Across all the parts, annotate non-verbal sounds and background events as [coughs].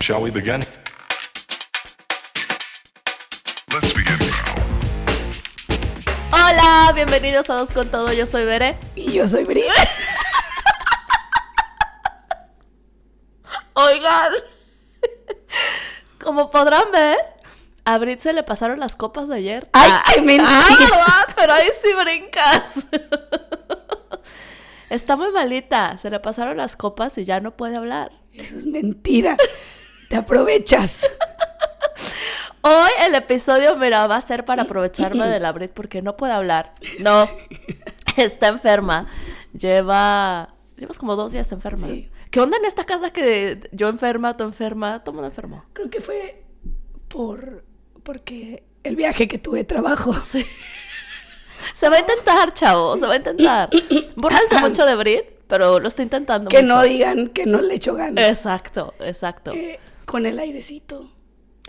Shall we begin? Let's begin now. Hola, bienvenidos a Dos con Todo, yo soy Bere. Y yo soy Bri. [laughs] Oigan, [laughs] como podrán ver, a Brit se le pasaron las copas de ayer. Ay, ay, mentira. Ah, ¿verdad? Pero ahí sí brincas. [laughs] Está muy malita, se le pasaron las copas y ya no puede hablar. Eso es mentira. Te aprovechas. Hoy el episodio, mira, va a ser [clears throat] para aprovecharme de la Brit porque no puede [laughs] hablar. No, está enferma. Lleva. Llevas como dos días enferma. Sí. ¿Qué onda en esta casa que yo enferma, tú enferma, todo mundo enfermo? Creo que fue por porque el viaje que tuve de trabajo. Sí. Se va a intentar, chavo, se va a [clears throat] intentar. Búrrense mucho de Brit, pero lo está intentando. Ah. Que mucho. no digan que no le echo ganas. Exacto, exacto. Eh, con el airecito.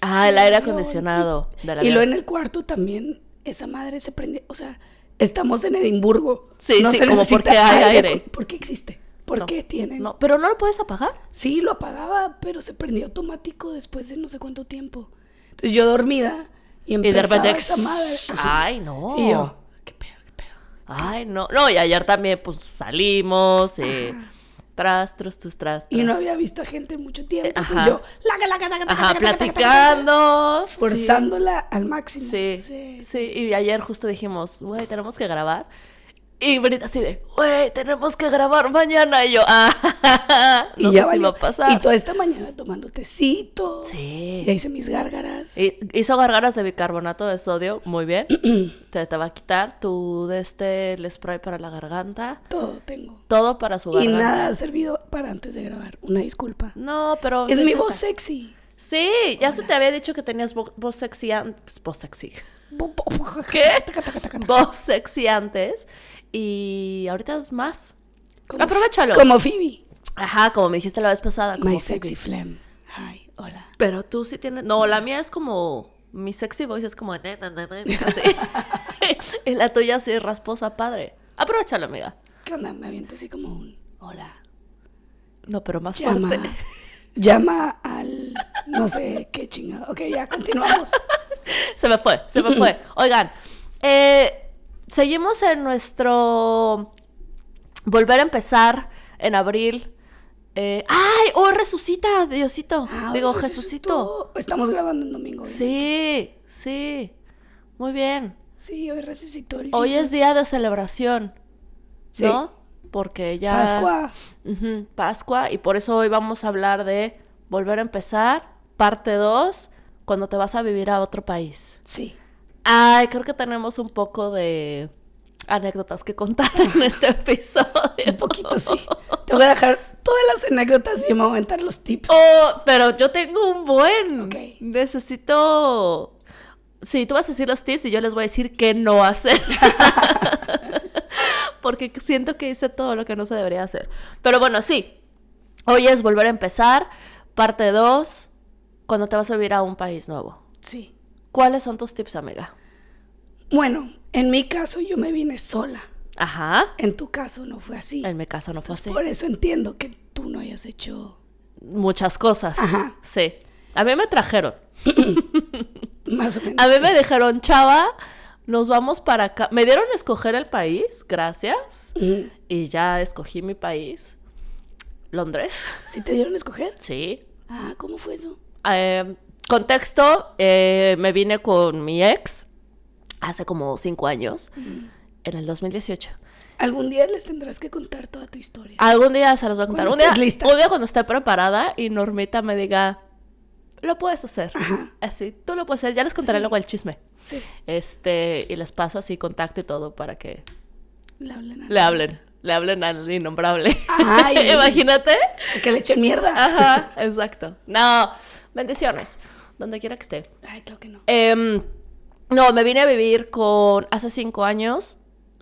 Ah, el aire acondicionado de la y lo nave. en el cuarto también. Esa madre se prende. O sea, estamos en Edimburgo. Sí, sí, como necesita porque hay aire. ¿Por qué existe? ¿Por No, qué tiene? No, pero no lo puedes apagar. Sí, lo apagaba, pero se prendió automático después de no sé cuánto tiempo. Entonces yo dormida y Y de empezaba repente. esa madre. Ay, no. Y yo, qué pedo, qué pedo. Ay, no. No, y ayer también, pues salimos. Eh, tras, trus, tus, tras. Y no tras. había visto a gente en mucho tiempo. Ajá. Entonces yo, laca, laca, laca, laca, Ajá, laca, laca, laca, laca, platicando. sí. Forzándola al máximo. Sí, sí, Y ayer justo dijimos, güey, tenemos que grabar. Y Brita así de, güey, tenemos que grabar mañana. Y yo, ah, [laughs] Y no ya sé si valió. va a pasar. Y toda esta mañana tomando tecito. Sí. Ya hice mis gárgaras. Y- hizo gargaras de bicarbonato de sodio, muy bien. te, te va a quitar tu de este el spray para la garganta. [clears throat] Todo tengo. Todo para su Y garganta. nada ha servido para antes de grabar. Una disculpa. No, pero. Es sí mi te- [laughs] voz sexy. Sí, ya se te había dicho que tenías vo- voz sexy. an- pues, voz sexy. ¿Qué? [laughs] voz sexy antes. Y ahorita es más. Como- Aprovechalo. Como Phoebe. Ajá, como me dijiste la vez pasada. Como My que- sexy phlegm. Ay, hola. Pero tú sí tienes. No, la mía es como. Mi sexy voice es como. "Ne, ne, ne, ne", así. [laughs] y la tuya sí rasposa, padre. Aprovechalo, amiga. ¿Qué onda? Me aviento así como un hola. No, pero más Llama. fuerte. Llama al. No sé qué chingado. Ok, ya continuamos. Se me fue, se me [clears throat] fue. Oigan, eh, seguimos en nuestro volver a empezar en abril. Eh, ¡Ay! ¡Oh, resucita, Diosito! Ah, [laughs] Digo, oye, Jesucito. resucitó. Estamos grabando en domingo. ¿eh? Sí, sí. Muy bien. Sí, hoy resucitó el Hoy Jesus. es día de celebración, Sí. ¿no? Porque ya... Pascua. Ujú, Pascua. Y por eso hoy vamos a hablar de volver a empezar, parte 2, cuando te vas a vivir a otro país. Sí. Ay, creo que tenemos un poco de anécdotas que contar [laughs] en este episodio. Un poquito sí. Te voy a dejar todas las anécdotas y yo me voy a aventar los tips. [laughs] Oh, pero yo tengo un buen. Ok. Necesito. Sí, tú vas a decir los tips y yo les voy a decir qué no [laughs] hacer. Porque siento que hice todo lo que no se debería hacer. Pero bueno, sí. Hoy es volver a empezar. Parte 2. Cuando te vas a vivir a un país nuevo. Sí. ¿Cuáles son tus tips, amiga? Bueno, en mi caso yo me vine sola. Ajá. En tu caso no fue así. En mi caso no fue Entonces, así. Pues Por eso entiendo que tú no hayas hecho muchas cosas. Ajá. Sí. A mí me trajeron. más o menos. A mí sí. me dijeron, chava, nos vamos para acá. Me dieron a escoger el país, gracias. Ujú. Y ya escogí mi país. Londres. ¿Sí te dieron a escoger? Sí. Ah, ¿cómo fue eso? Eh, contexto, eh, me vine con mi ex hace como cinco años, Mm. en el 2018. Algún día les tendrás que contar toda tu historia. Algún día se los voy a contar. Cuando Un día, estés lista. un día cuando esté preparada y Normita me diga, lo puedes hacer. Así, tú lo puedes hacer. Ya les contaré luego el chisme. Sí, Este, y les paso así contacto y todo para que le hablan a le hablen. Le hablen al innombrable. Ay. [laughs] Imagínate. Que le echen mierda. Ajá, exacto. No, bendiciones. Donde quiera que esté. [laughs] Ay, claro que no. Em, no, me vine a vivir con. Hace cinco años.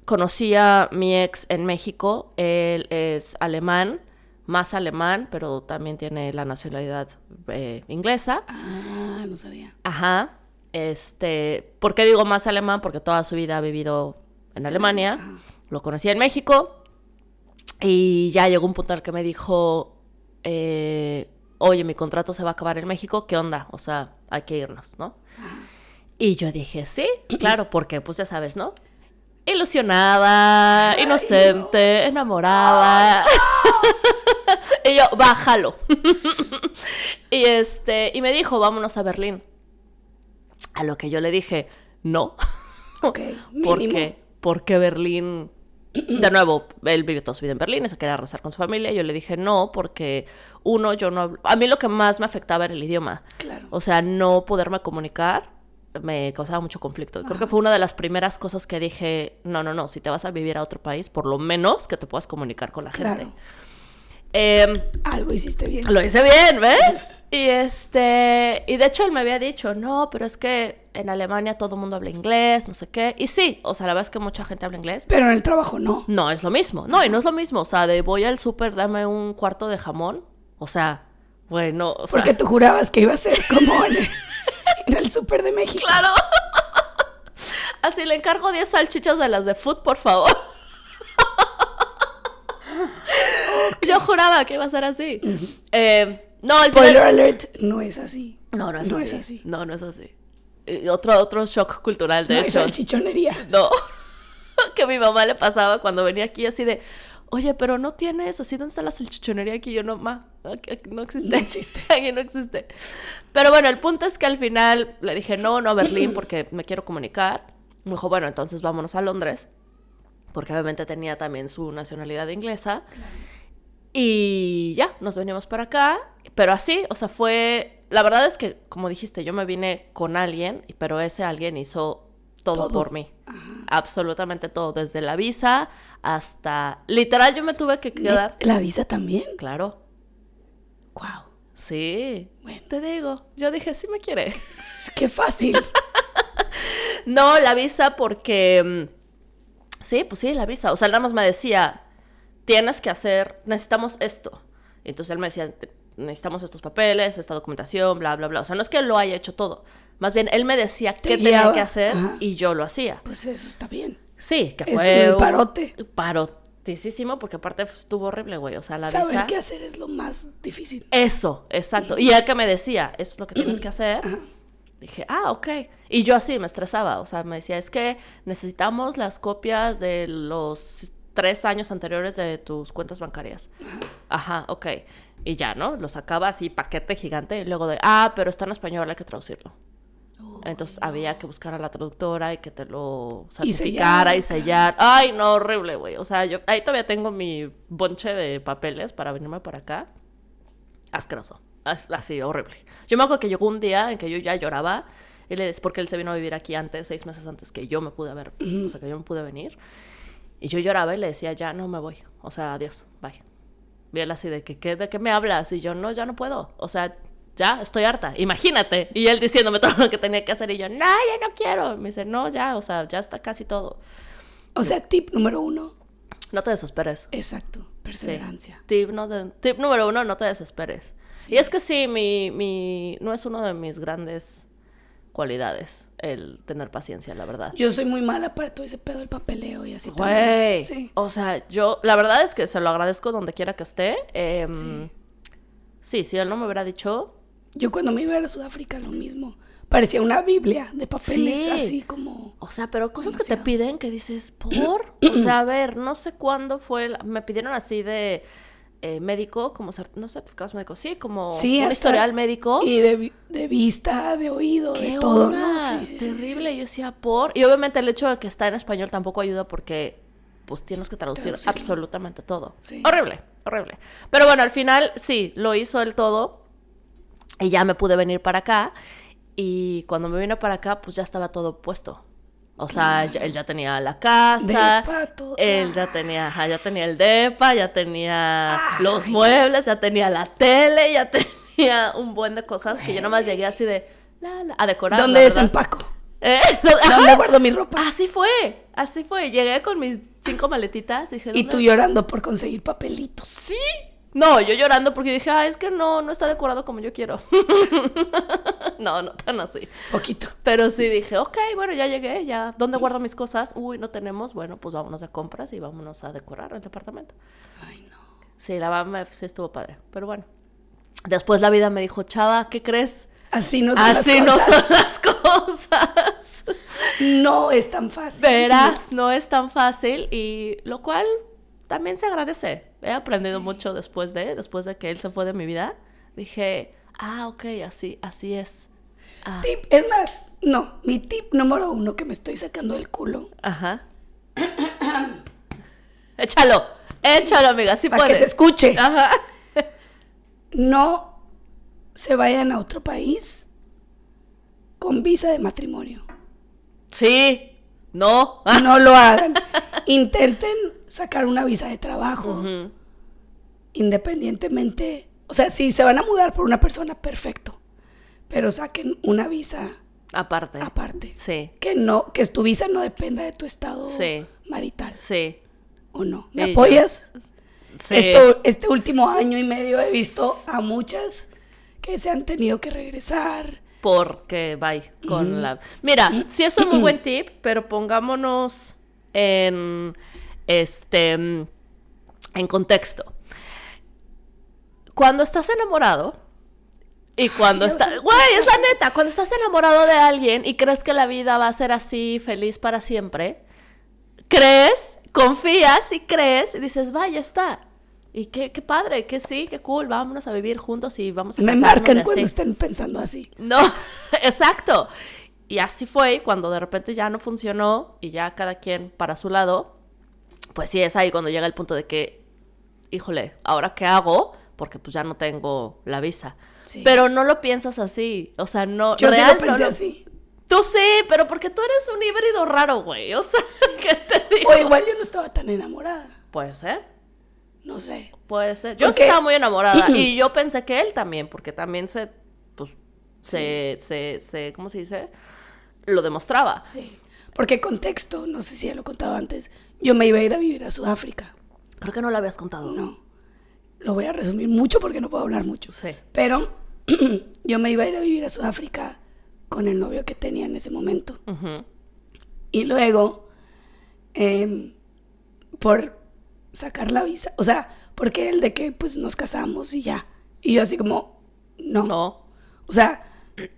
Conocí a mi ex en México. Él es alemán, más alemán, pero también tiene la nacionalidad eh, inglesa. Ah, no sabía. Ajá. Este, ¿por qué digo más alemán? Porque toda su vida ha vivido en Alemania. Lo conocí en México. Y ya llegó un punto en el que me dijo, eh, oye, mi contrato se va a acabar en México, ¿qué onda? O sea, hay que irnos, ¿no? Y yo dije, sí, claro, porque pues ya sabes, ¿no? Ilusionada, inocente, enamorada. [laughs] y yo, bájalo. y este, y me dijo, vámonos a Berlín. A lo que yo le dije, no. Oh, Ok, mínimo. Porque, porque Berlín. De nuevo, él vivió toda su vida en Berlín, se quería rezar con su familia. Yo le dije no, porque uno, yo no hablo. A mí lo que más me afectaba era el idioma. Claro. O sea, no poderme comunicar me causaba mucho conflicto. Y creo que fue una de las primeras cosas que dije: no, no, no, si te vas a vivir a otro país, por lo menos que te puedas comunicar con la gente. Claro. Em, Algo hiciste bien. lo hice bien, ¿ves? Y este, y de hecho él me había dicho, no, pero es que en Alemania todo el mundo habla inglés, no sé qué. Y sí, o sea, la verdad es que mucha gente habla inglés. Pero en el trabajo no. No, es lo mismo. No, y no es lo mismo. O sea, de voy al súper, dame un cuarto de jamón. O sea, bueno, o sea, Porque tú jurabas que iba a ser como [laughs] en el, en el súper de México. claro. Así le encargo 10 salchichas de las de food, por favor. Yo juraba que iba a ser así. Eh, no, al final- Spoiler alert, no es así. No, no es así. así. No, no es así. Eh, Otro, otro shock cultural, de No, es hecho. salchichonería. [laughs] No. que a mi mamá le pasaba cuando venía aquí así de, oye, pero no tienes, así, ¿dónde está la salchichonería aquí? Yo no, ma, aquí- aquí no existe. No existe. [laughs] aquí no existe. Pero bueno, el punto es que al final le dije, no, no a [clears throat] Berlín porque me quiero comunicar. Me dijo, bueno, entonces vámonos a Londres. Porque obviamente tenía también su nacionalidad inglesa. Y ya, nos venimos para acá. Pero así, o sea, fue. La verdad es que, como dijiste, yo me vine con alguien, pero ese alguien hizo todo, Todo. por mí. Absolutamente todo. Desde la visa hasta. Literal, yo me tuve que quedar. ¿Eh? ¿La visa también? Claro. Wow. Sí. Bueno. Te digo. Yo dije, sí me [laughs] quiere. Qué [laughs] fácil. No, la visa porque... mm, Sí, pues sí, la visa. O sea, él nada más me decía, tienes que hacer, necesitamos esto. Y entonces él me decía, "Te- necesitamos estos papeles, esta documentación, bla, bla, bla. O sea, no es que lo haya hecho todo. Más bien, él me decía qué tenía guiaba. que hacer Ajá. y yo lo hacía. Pues eso está bien. Sí, que Es fue... un parote. Parotísimo, porque aparte estuvo horrible, güey. O sea, la Saber visa... qué hacer es lo más difícil. Eso, exacto. Y él que me decía, eso es lo que tienes que hacer. Dije, ah, ok. Y yo así me estresaba, o sea, me decía, es que necesitamos las copias de los tres años anteriores de tus cuentas bancarias. Ajá, ok. Y ya, ¿no? Lo sacaba así, paquete gigante, y luego de, ah, pero está en español, hay que traducirlo. Entonces había que buscar a la traductora y que te lo Y certificara y sellar. sellar. Ay, no, horrible, güey. O sea, yo ahí todavía tengo mi bonche de papeles para venirme para acá. Asqueroso. As- Así, horrible. Yo me acuerdo que llegó un día en que yo ya lloraba. Y le des- porque él se vino a vivir aquí antes, seis meses antes que yo me pude haber, o sea, que yo me pude venir. Y yo lloraba y le decía, ya no me voy. O sea, adiós, bye. Y él así de que, ¿qué- ¿de qué me hablas? Y yo, no, ya no puedo. O sea, ya estoy harta, imagínate. Y él diciéndome [laughs] todo lo que tenía que hacer y yo, no, ya no quiero. Y me dice, no, ya, o sea, ya está casi todo. O sea, tip número uno, No te desesperes. exacto, Sí. perseverancia. Tip, no de- tip número uno, no te desesperes. Y es que sí, mi, mi, no es una de mis grandes cualidades el tener paciencia, la verdad. Yo soy muy mala para todo ese pedo del papeleo y así. Güey. también. Sí. O sea, yo, la verdad es que se lo agradezco donde quiera que esté. em, sí, si él no me hubiera dicho, Yo cuando me iba a Sudáfrica lo mismo. Parecía una Biblia de papeles Sí. así como... O sea, pero cosas que te Demasiado. piden que dices, ¿por? O sea, a ver, no sé cuándo fue. la- Me pidieron así de eh, médico, como cer- no certificados médicos, sí, como Sí, un hasta- historial médico. Y de, vi- de vista, de oído, ¿Qué de todo, onda? ¿no? Sí, sí, sí, sí. Terrible, yo decía, ¿por? Y obviamente el hecho de que está en español tampoco ayuda porque pues tienes que traducir Traducirlo. absolutamente todo. Sí. Horrible, horrible. Pero bueno, al final sí, lo hizo el todo y ya me pude venir para acá y cuando me vine para acá pues ya estaba todo puesto. O sea, ya- él ya tenía la casa, Depa, todo. él ya tenía, ajá, ya tenía el depa, ya tenía Ah, los muebles, ya tenía la tele, ya tenía un buen de cosas que yo nomás llegué así de la, la, a decorar. la ¿Dónde verdad. Ah, desempaco? ¿Eh? [laughs] ¿Dónde guardo mi ropa? Así fue, así fue. Llegué con mis cinco maletitas y dije, Y "¿Dónde tú llorando por conseguir papelitos. Sí. No, yo llorando porque dije, ah, es que no, no está decorado como yo quiero. [laughs] no, no tan así. Poquito. Pero sí dije, ok, bueno, ya llegué, ya. ¿Dónde guardo mis cosas? Uy, no tenemos. Bueno, pues vámonos a compras y vámonos a decorar el departamento. Ay, no. Sí, la mamá sí estuvo padre. Pero bueno. Después la vida me dijo, chava, ¿qué crees? Así no son Así las no cosas. son las cosas. No es tan fácil. Verás, no es tan fácil y lo cual también se agradece. He aprendido mucho después de, después de que él se fue de mi vida. Dije, ah, ok, así, así es. Ah, Tip, es más, no, mi tip número uno que me estoy sacando del culo. ajá. [coughs] échalo, échalo, amiga, sí para que se puedes. escuche. Ajá. No se vayan a otro país con visa de matrimonio. Sí, no. Ah, No lo hagan. Intenten sacar una visa de trabajo. ujú. Independientemente. O sea, si se van a mudar por una persona, perfecto. Pero saquen una visa Aparte. aparte. Sí, Que no, que tu visa no dependa de tu estado Sí. marital. sí. ¿O no? ¿Me Sí, yo- apoyas? sí. Esto- este último año y medio he visto a muchas que se han tenido que regresar. porque bye con la mira Mm. sí es un muy [clears throat] buen tip pero pongámonos en este mm, en contexto cuando estás enamorado y cuando Dios, estás es güey es la neta cuando estás enamorado de alguien y crees que la vida va a ser así feliz para siempre crees confías y crees y dices vaya está y qué, qué padre, qué sí, qué cool, vámonos a vivir juntos y vamos a Me casarnos y marcan cuando así". estén pensando así. No, [laughs] exacto. Y así fue, y cuando de repente ya no funcionó y ya cada quien para su lado, pues sí es ahí cuando llega el punto de que, híjole, ¿ahora qué hago? Porque pues ya no tengo la visa. Sí. Pero no lo piensas así, o sea, no... Yo sí real, lo no pensé lo- así. Tú sí, pero porque tú eres un híbrido raro, güey, o sea, [laughs] ¿qué te digo? O igual yo no estaba tan enamorada. Puede ser, No sé. puede ser. Yo sí Porque- estaba muy enamorada y yo pensé que él también, porque también se, pues, se, se, se, ¿cómo se dice? Lo demostraba. Sí. Porque contexto, no sé si ya lo he contado antes, yo me iba a ir a vivir a Sudáfrica. Creo que no lo habías contado. No. Lo voy a resumir mucho porque no puedo hablar mucho. Sí. Pero [clears throat] yo me iba a ir a vivir a Sudáfrica con el novio que tenía en ese momento. Ujú. Y luego, em, por sacar la visa, o sea, porque el de que pues nos casamos y ya. Y yo así como, no. No. O sea,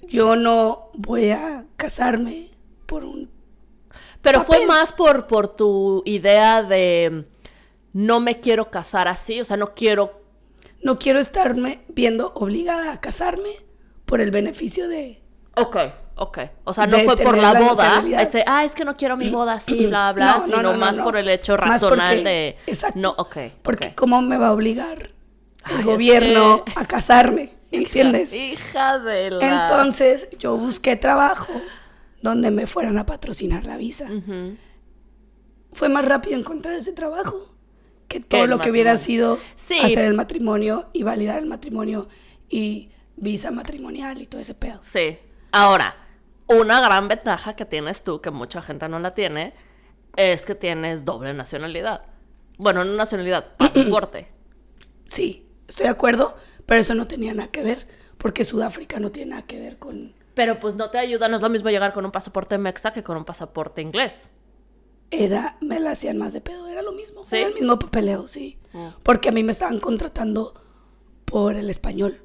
yo no voy a casarme por un... Pero fue Papel. más por, por tu idea de no me quiero casar así, o sea, no quiero. No quiero estarme viendo obligada a casarme por el beneficio de... Ok. Ok. O sea, De no fue por tener la, la boda. nacionalidad. Este, ah, es que no quiero mi boda así, [clears throat] bla, bla, No, no, sino no, no, más no. por el hecho Más racional porque- de. Exacto. No, ok. Porque ok. ¿cómo me va a obligar el Ay, gobierno es a [laughs] casarme? ¿Entiendes? Hija de la. Entonces yo busqué trabajo donde me fueran a patrocinar la visa. Ujú. Fue más rápido encontrar ese trabajo que todo el lo que hubiera matrimonio. sido Sí. hacer el matrimonio y validar el matrimonio y visa matrimonial y todo ese pedo. Sí. Ahora, una gran ventaja que tienes tú, que mucha gente no la tiene, es que tienes doble nacionalidad. Bueno, no [clears throat] nacionalidad, pasaporte. Sí, estoy de acuerdo, pero eso no tenía nada que ver porque Sudáfrica no tiene nada que ver con... Pero pues no te ayuda, no es lo mismo llegar con un pasaporte mexa que con un pasaporte inglés. Era, me la hacían más de pedo, era lo mismo, ¿Sí? era el mismo papeleo, sí. Ah. Porque a mí me estaban contratando por el español,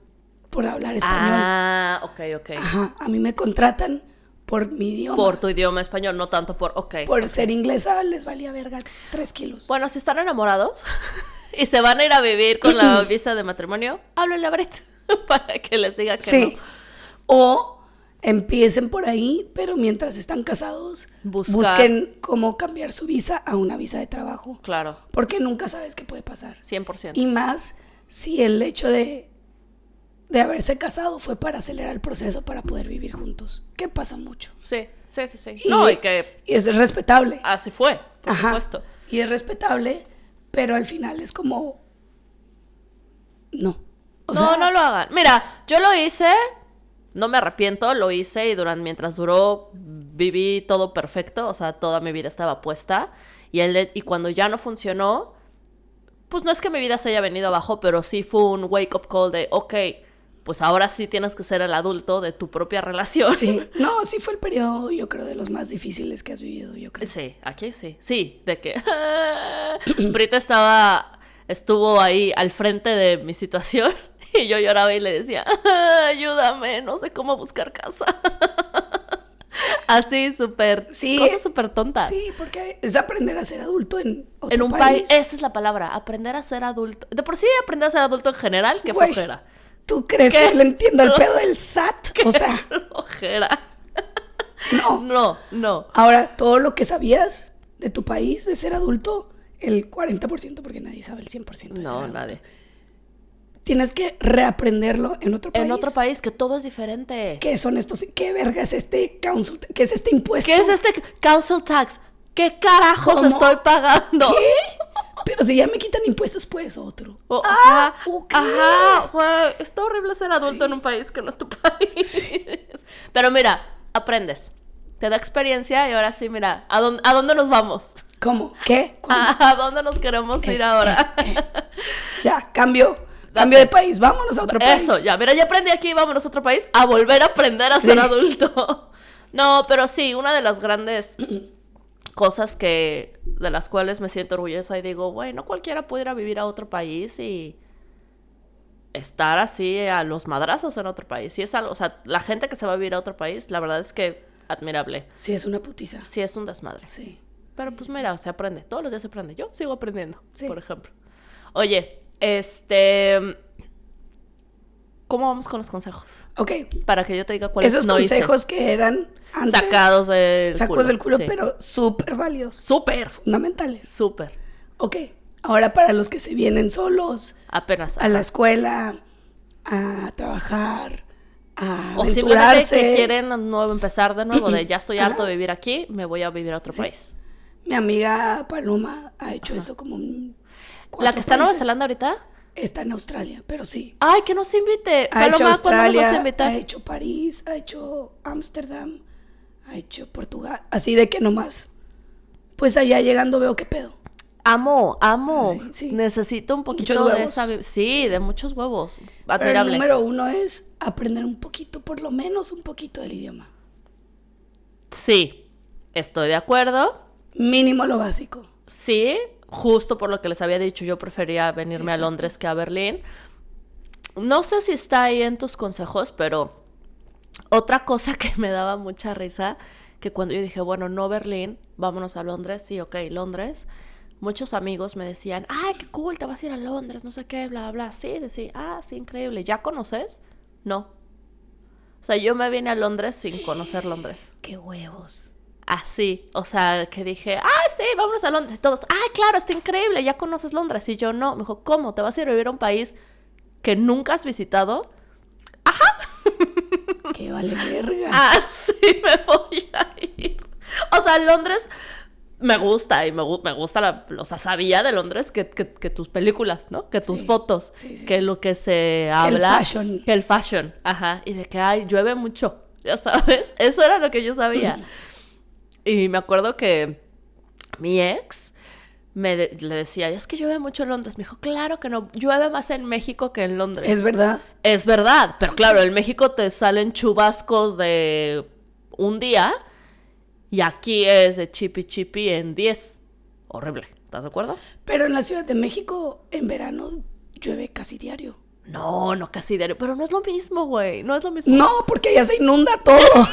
por hablar español. Ah, ok, ok. Ajá, a mí me contratan por mi idioma. Por Por, tu idioma español, no tanto por, ok. ser inglesa les valía verga tres kilos. Bueno, si están enamorados [laughs] y se van a ir a vivir con [clears throat] la visa de matrimonio, háblenle a Brett [laughs] para que les diga que sí. no. O empiecen por ahí, pero mientras están casados, Buscar. busquen cómo cambiar su visa a una visa de trabajo. Claro, Porque nunca sabes qué puede pasar. 100%. Y más si el hecho de, de haberse casado fue para acelerar el proceso para poder vivir juntos. Que pasa mucho. Sí, sí, sí, sí. no, y que y es respetable. así fue, por Ajá. supuesto. Y es respetable, pero al final es como. No. O no, sea, no lo hagan. Mira, yo lo hice, no me arrepiento, lo hice y durante mientras duró viví todo perfecto, o sea, toda mi vida estaba puesta y el- y cuando ya no funcionó, pues no es que mi vida se haya venido abajo, pero sí fue un wake up call de, ok, pues ahora sí tienes que ser el adulto de tu propia [laughs] relación. Sí. No, sí fue el periodo, yo creo, de los más difíciles que has vivido, yo creo. Sí, aquí sí. Sí, de que [laughs] Brita estaba, estuvo ahí al frente de mi situación [laughs] Y yo lloraba y le decía, [laughs] ayúdame, no sé cómo buscar casa. [laughs] Así, súper. Sí. Cosas súper tontas. Sí, porque es aprender a ser adulto en otro En un país. país. Esa es la palabra, aprender a ser adulto. De por sí, aprender a ser adulto en general, qué Güey, flojera. ¿Tú crees ¿Qué? que le entiendo el pedo [laughs] del SAT? O sea, Flojera. [laughs] no. No, no. Ahora, todo lo que sabías de tu país, de ser adulto, el 40%, porque nadie sabe el 100%. de ser No, adulto. nadie. Tienes que reaprenderlo en otro país. En otro país que todo es diferente. ¿Qué son estos? ¿Qué verga es este council? ¿Qué es este impuesto? ¿Qué es este council tax? ¿Qué carajos ¿Cómo? estoy pagando? ¿Qué? Pero si ya me quitan impuestos, pues otro. O- Ah, ajá, ok. ajá, güey, está horrible ser adulto Sí. en un país que no es tu país. Pero mira, aprendes. Te da experiencia y ahora sí, mira, ¿a dónde, a dónde nos vamos? ¿Cómo? ¿Qué? [laughs] ¿Cuándo? Eh, ¿A, Ah, a dónde nos queremos ir ahora? Ya, cambio. Cambio de país. Vámonos a otro [laughs] país. Eso, ya, mira, ya aprendí aquí, vámonos a otro país a volver a aprender a Sí. ser adulto. [laughs] No, pero sí, una de las grandes cosas que de las cuales me siento orgullosa y digo, güey, no cualquiera pudiera vivir a otro país y estar así a los madrazos en otro país. Sí es algo, o sea, la gente que se va a vivir a otro país, la verdad es que admirable. Sí, es una putiza. Sí es un desmadre. Sí. Pero pues mira, se aprende, todos los días se aprende. Yo sigo aprendiendo, Sí. por ejemplo. Oye, este ¿Cómo vamos con los consejos? Ok. Para que yo te diga cuáles Esos no hice. consejos que eran antes, sacados del sacos culo. del culo, sí. pero súper válidos, súper, fundamentales. súper. Ok. Ahora para los que se vienen solos, Apenas. a la escuela, a trabajar, a O simplemente aventurarse. que quieren nuevo, empezar de nuevo, de ya estoy harto de vivir aquí, me voy a vivir a otro Sí. país. Mi amiga Paloma ha hecho eso como en ¿La cuatro que está en Nueva países. Zelanda ahorita? Está en Australia, pero sí. Ay, que nos invite. Ha Paloma, hecho ¿cuándo nos vas a Australia, invitar? ha hecho París, ha hecho Ámsterdam, ha hecho Portugal. Así de que nomás. Pues allá llegando veo qué pedo. Amo, amo. Ah, Sí, sí. Necesito un poquito Muchos de huevos. esa. vi- Sí, de muchos huevos. Pero el Admirable. número uno es aprender un poquito, por lo menos un poquito del idioma. Sí, estoy de acuerdo. Mínimo lo básico. Sí, justo por lo que les había dicho, yo prefería venirme a Exacto. Londres que a Berlín. No sé si está ahí en tus consejos, pero otra cosa [laughs] que me daba mucha risa, que cuando yo dije, bueno, no Berlín, vámonos a Londres, sí, ok, Londres, muchos amigos me decían, ay, qué cool, te vas a ir a Londres, no sé qué, bla, bla, sí, decía, ah, sí, increíble, ¿ya conoces? No. O sea, yo me vine a Londres sin conocer Londres. Qué huevos. Así, o sea, que dije, ah, sí, vámonos a Londres. Y todos, ah, claro, está increíble, ya conoces Londres. Y yo, no. Me dijo, ¿cómo? ¿Te vas a ir a vivir a un país que nunca has visitado? [laughs] Qué vale verga. Ah, sí, me voy a ir. O sea, Londres me gusta y me, gu- me gusta, la, o sea, sabía de Londres que, que- que tus películas, ¿no? Que tus Sí, fotos, sí, sí. que lo que se habla. fashion. Que el fashion, ajá. Y de que, ay, llueve mucho, [laughs] ya sabes. Eso era lo que yo sabía. Y me acuerdo que mi ex me de- le decía, es que llueve mucho en Londres. Me dijo, claro que no, llueve más en México que en Londres. es verdad. Es verdad, pero claro, en México te salen chubascos de un día y aquí es de chipi chipi en 10. Horrible, ¿estás de acuerdo? Pero en la Ciudad de México, en verano, llueve casi diario. No, no casi diario, pero no es lo mismo, güey, no es lo mismo. No, porque allá se inunda todo. [laughs]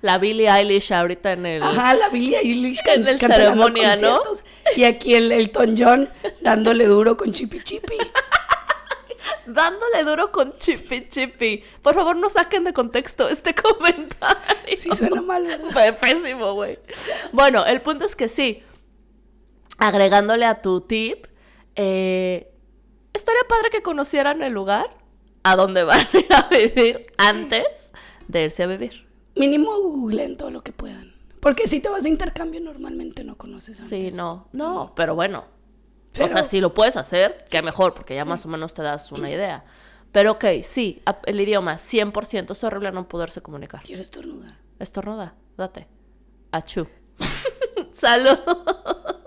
La Billie Eilish ahorita en el... Ajá, la Billie Eilish can- En el cancelando ceremonia, ¿no? conciertos. Y aquí el Elton John dándole duro con Chipi [laughs] Chipi. Dándole duro con chipi chipi. Por favor, no saquen de contexto este [laughs] comentario. Sí suena mal, ¿verdad? [laughs] Fue pésimo, güey. Bueno, el punto es que sí. Agregándole a tu tip, eh, estaría padre que conocieran el lugar a donde van a ir a vivir antes de irse a vivir. Mínimo googleen todo lo que puedan. Porque si te vas a intercambio, normalmente no conoces antes. Sí, no. No, pero bueno. o Pero- sea, si lo puedes hacer, qué mejor, porque ya más o menos te das una idea. Pero ok, sí, ap- el idioma, 100%, es horrible no poderse comunicar. Quiero estornudar. Estornuda, date. Achú. [laughs] Salud.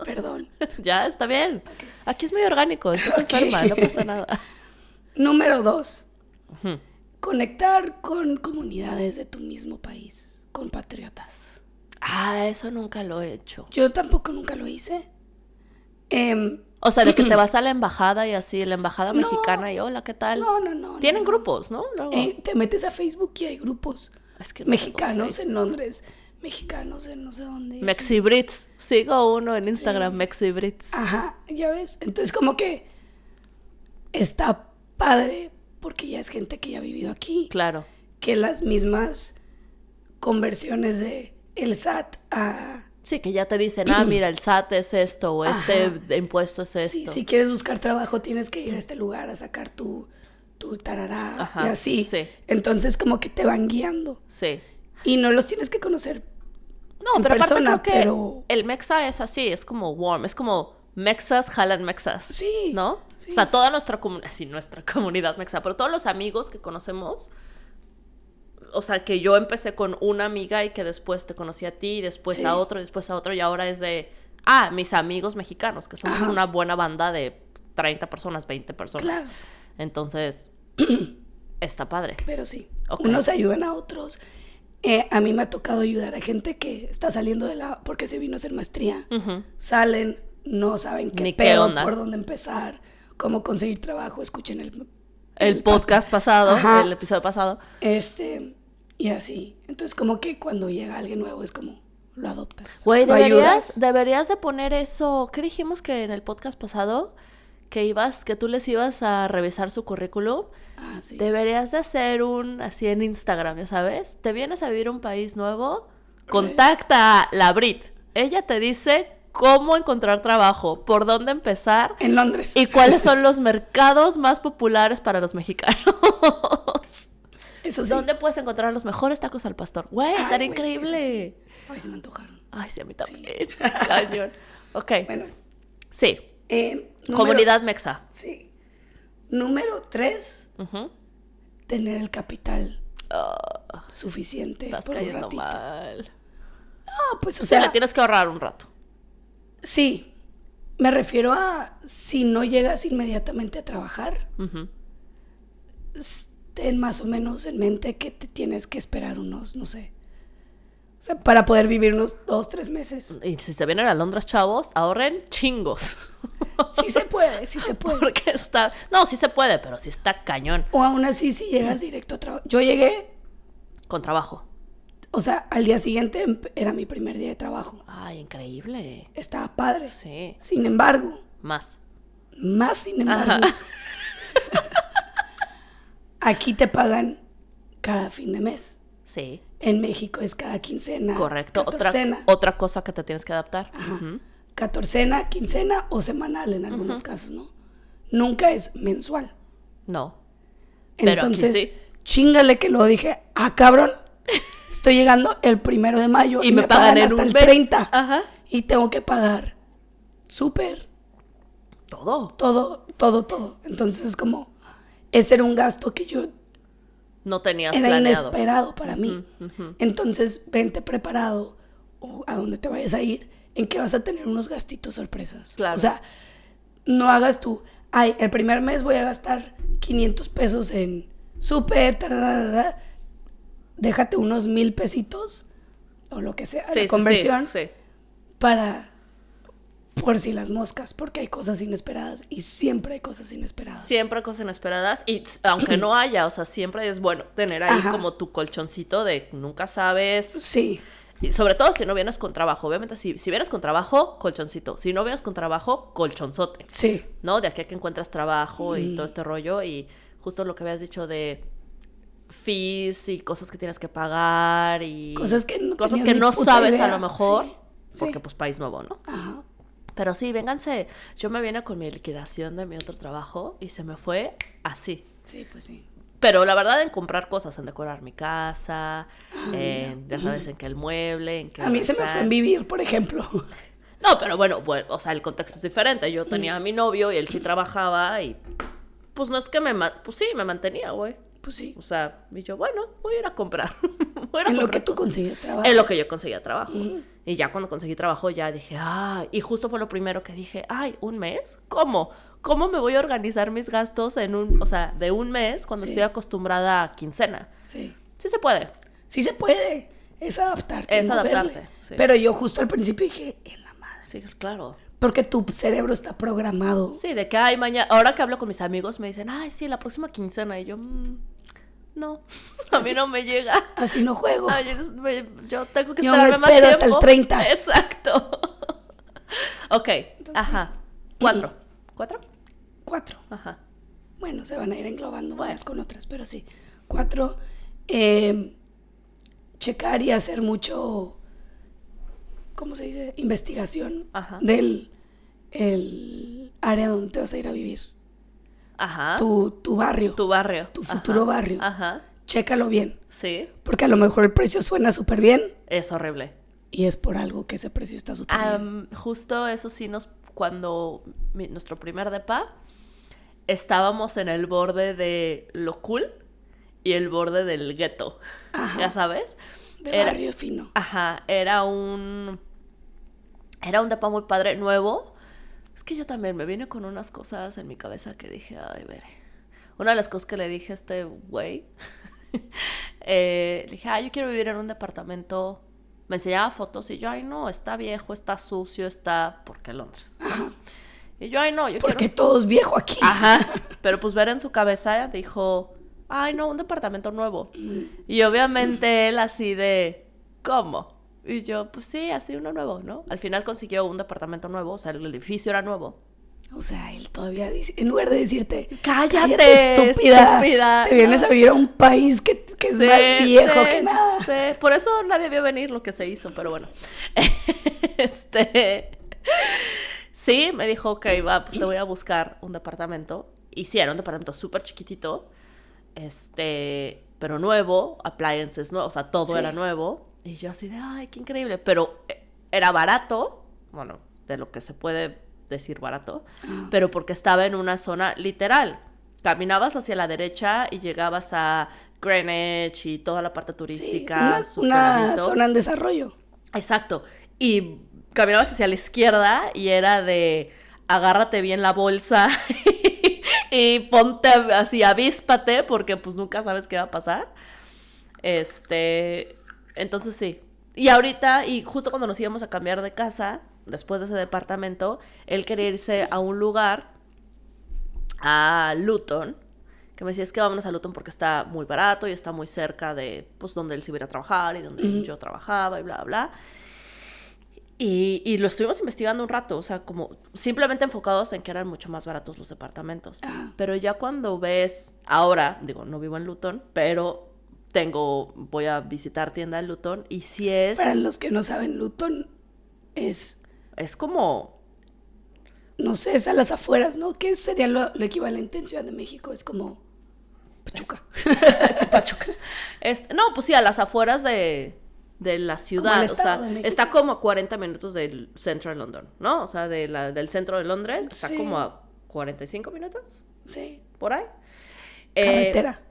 Perdón. [laughs] [laughs] Ya, está bien. Aquí es muy orgánico, estás enferma, no pasa nada. [laughs] Número dos. Ujú. Conectar con comunidades de tu mismo país, con patriotas. Ah, eso nunca lo he hecho. Yo tampoco nunca lo hice. Em, O sea, de que te vas a la embajada y así, la embajada No. mexicana y hola, ¿qué tal? No, no, no. Tienen no. grupos, ¿no? Luego. Eh, te metes a Facebook y hay grupos. Es que no tengo mexicanos Facebook. en Londres, mexicanos en no sé dónde. así. Mexibrits. Sigo uno en Instagram, Sí. Ah. Mexibrits. Ajá, ya ves. Entonces como que está padre porque ya es gente que ya ha vivido aquí, Claro. que las mismas conversiones de el SAT a Sí, que ya te dicen, ah, mira, el SAT es esto, o este Mm. Ajá. impuesto es si, esto. si quieres buscar trabajo tienes que ir a este lugar a sacar tu tu tarará Ajá, y así. sí. Entonces como que te van guiando Sí. y no los tienes que conocer. No, en pero aparte creo persona, que pero- el mexa es así, es como warm, es como mexas jalan mexas. Sí, ¿No? sí. O sea, toda nuestra comunidad, sí, nuestra [laughs] comunidad mexa, pero todos los amigos que conocemos, o sea, que yo empecé con una amiga y que después te conocí a ti, y después Sí. a otro, y después a otro, y ahora es de, ah, mis amigos mexicanos, que somos Ajá. una buena banda de 30 personas, 20 personas. Claro. [clears throat] Entonces, está padre. Pero sí, Ok. unos ayudan a otros. Eh, a mí me ha tocado ayudar a gente que está saliendo de la... porque se vino a hacer maestría. Ujú. Salen, no saben qué Mm. Ni qué pedo, onda. por dónde empezar, cómo conseguir trabajo, escuchen el... El, podcast pasado, Ajá. el episodio pasado. Este, y así. Entonces, como que cuando llega alguien nuevo es como, lo adoptas. Güey, lo deberías, ayudas. deberías de poner eso. ¿Qué dijimos que en el podcast pasado? Que ibas, que tú les ibas a revisar su currículum. Ah, sí. Deberías de hacer un así en Instagram, ya sabes. Te vienes a vivir a un país nuevo, contacta a la Brit. Ella te dice cómo encontrar trabajo, por dónde empezar En Londres. y cuáles son los mercados más populares para los mexicanos. [laughs] Eso sí. ¿Dónde puedes encontrar los mejores tacos al pastor? Güey, Ay, estaría güey, increíble. eso sí. Ay, se me antojaron. Ay, sí, a mí también. [laughs] Cañón. Ok. Bueno. Sí. eh, número- Comunidad mexa. Sí. Número tres. Ujú. tener el capital Ah, suficiente estás por un cayendo ratito. mal. Ah, pues o O sea, sea, le tienes que ahorrar un rato. sí. Me refiero a si no llegas inmediatamente a trabajar, Ujú. s- ten más o menos en mente que te tienes que esperar unos, no sé. O sea, para poder vivir unos dos, tres meses. Y si se vienen a Londres, chavos, ahorren chingos. [laughs] [laughs] Sí se puede, sí se puede. Porque está. No, sí se puede, pero sí está cañón. O aún así, si llegas directo a trabajo. Yo llegué, Con trabajo. o sea, al día siguiente empe- era mi primer día de trabajo. Ay, increíble. Estaba padre. Sí. Sin embargo, Más. Más sin embargo, Ajá. [laughs] aquí te pagan cada fin de mes. Sí. En México es cada quincena. Correcto. Otra, Catorcena. otra cosa que te tienes que adaptar. Ajá. Ujú. Catorcena, quincena o semanal en algunos casos, ¿no? Nunca es mensual. No. Pero aquí Entonces, sí. chingale que lo dije, ah, cabrón, estoy llegando el primero de mayo Y, me, pagan, en hasta un el mes. Ah. 30 Ajá. y tengo que pagar súper, Todo. todo, todo, todo. Entonces, es como, ese era un gasto que yo No tenías era planeado. inesperado para mí. Ujú, ujú. Entonces, vente preparado o a donde te vayas a ir, en que vas a tener unos gastitos sorpresas. Claro. O sea, no hagas tú, ay, el primer mes voy a gastar 500 pesos en súper, tararara". déjate unos mil pesitos o lo que sea, Sí, sí, la sí, conversión, sí. para por si las moscas, porque hay cosas inesperadas y siempre hay cosas inesperadas. Siempre cosas inesperadas y s- aunque no haya, o sea, siempre es bueno tener ahí Ajá. como tu colchoncito de nunca sabes. Sí. Y sobre todo si no vienes con trabajo. Obviamente, si, si vienes con trabajo, colchoncito. Si no vienes con trabajo, colchonzote. Sí. ¿No? De aquí a que encuentras trabajo y Mm. todo este rollo. Y justo lo que habías dicho de fees y cosas que tienes que pagar y Cosas que no cosas tenías que ni no puta sabes idea. a lo mejor. Sí, sí. Porque pues país nuevo, ¿no? Ajá. Pero sí, vénganse. Yo me vine con mi liquidación de mi otro trabajo y se me fue así. Sí, pues sí. Pero la verdad en comprar cosas, en decorar mi casa, en, ya sabes, en que el mueble, en que... A mí se me fue en vivir, por [laughs] ejemplo. No, pero bueno, bueno, o sea, el contexto es diferente. Yo tenía a mi novio y él sí trabajaba y... Pues no es que me... ma- Pues sí, me mantenía, güey. Pues sí. O sea, y yo, bueno, voy a ir a comprar. [laughs] Voy a ir a En lo comprar que tú consigues trabajo. En lo que yo conseguía trabajo. Mm. Y ya cuando conseguí trabajo ya dije, ah, y justo fue lo primero que dije, ay, ¿un mes? ¿Cómo? ¿Cómo me voy a organizar mis gastos en un, o sea, de un mes cuando Sí. estoy acostumbrada a quincena? Sí. Sí se puede. Sí se puede. Es adaptarte. Es moverle. adaptarte, sí. Pero yo justo al principio dije, en la madre. Sí, claro. Porque tu cerebro está programado. Sí, de que, ay, mañana, ahora que hablo con mis amigos me dicen, ay, sí, la próxima quincena. Y yo, "Mm, no, [laughs] a mí no me [laughs] llega. Así no juego. Ay, yo, me- yo tengo que Yo me esperarme más espero hasta el tiempo". 30. [laughs] Exacto. ok, ajá. Cuatro. ¿Cuatro? Cuatro. Ajá. Bueno, se van a ir englobando varias con otras, pero sí. Cuatro, eh, checar y hacer mucho, ¿cómo se dice? Investigación Ajá. del el área donde te vas a ir a vivir. Ajá. Ah. Tu, Tu, tu barrio. barrio. tu Ajá. futuro barrio. Ajá. Chécalo bien, Sí. porque a lo mejor el precio suena súper bien Es horrible. y es por algo que ese precio está súper bien. Am, justo eso sí nos cuando mi- nuestro primer depa estábamos en el borde de lo cool y el borde del gueto. Ajá. Ya sabes? De era- Ah, barrio fino. Ajá, era un era un depa muy padre nuevo. Es que yo también me vine con unas cosas en mi cabeza que dije, ay, veré. Una de las cosas que le dije a este güey, [laughs] eh, le dije, ay, yo quiero vivir en un departamento. Me enseñaba fotos y yo, ay, no, está viejo, está sucio, está. Porque Londres. Ajá. Y yo, ay, no, yo Porque quiero. todo es viejo aquí. Ajá. Pero pues ver en su cabeza dijo, ay, no, un departamento nuevo. Mm, Y obviamente él así de, ¿cómo? Y yo, pues sí, así uno nuevo, ¿no? Al final consiguió un departamento nuevo, o sea, el edificio era nuevo. O sea, él todavía dice, en lugar de decirte, Cállate, estúpida, estúpida". te vienes a vivir a un país que, que es Sí, más viejo sí, que nada. sí. Por eso nadie vio venir lo que se hizo, pero bueno. [laughs] este. Sí, me dijo, ok, va, pues te voy a buscar un departamento. Y sí, era un departamento súper chiquitito. Este. Pero nuevo, appliances nuevos, o sea, todo Sí. era nuevo. Y yo así de, ay, qué increíble. Pero eh, era barato, bueno, de lo que se puede decir barato, Ah. pero porque estaba en una zona literal. Caminabas hacia la derecha y llegabas a Greenwich y toda la parte Sí, turística. súper una, una bonito. zona en desarrollo. Exacto. Y caminabas hacia la izquierda y era de agárrate bien la bolsa [laughs] y ponte así, avíspate, porque pues nunca sabes qué va a pasar. Este, entonces sí. Y ahorita, y justo cuando nos íbamos a cambiar de casa, después de ese departamento, él quería irse a un lugar, a Luton, que me decía, es que vámonos a Luton porque está muy barato y está muy cerca de, pues, donde él se iba a ir a trabajar y donde yo trabajaba y bla, bla. Y, y lo estuvimos investigando un rato, o sea, como simplemente enfocados en que eran mucho más baratos los departamentos. Ajá. Pero ya cuando ves, ahora, digo, no vivo en Luton, pero tengo, voy a visitar tienda en Luton y si es, Para los que no saben, Luton es, es como, [laughs] no sé, es a las afueras, ¿no? ¿Qué sería lo, lo equivalente en Ciudad de México? Es como Pues, [laughs] Pachuca. Sí, Pachuca. Es- no, pues sí, a las afueras de, de la ciudad. O Estado sea, de México. está como a 40 minutos del centro de London, ¿no? O sea, de la- del centro de Londres. Está Sí. como a 45 minutos, Sí, por ahí. Eh, carretera.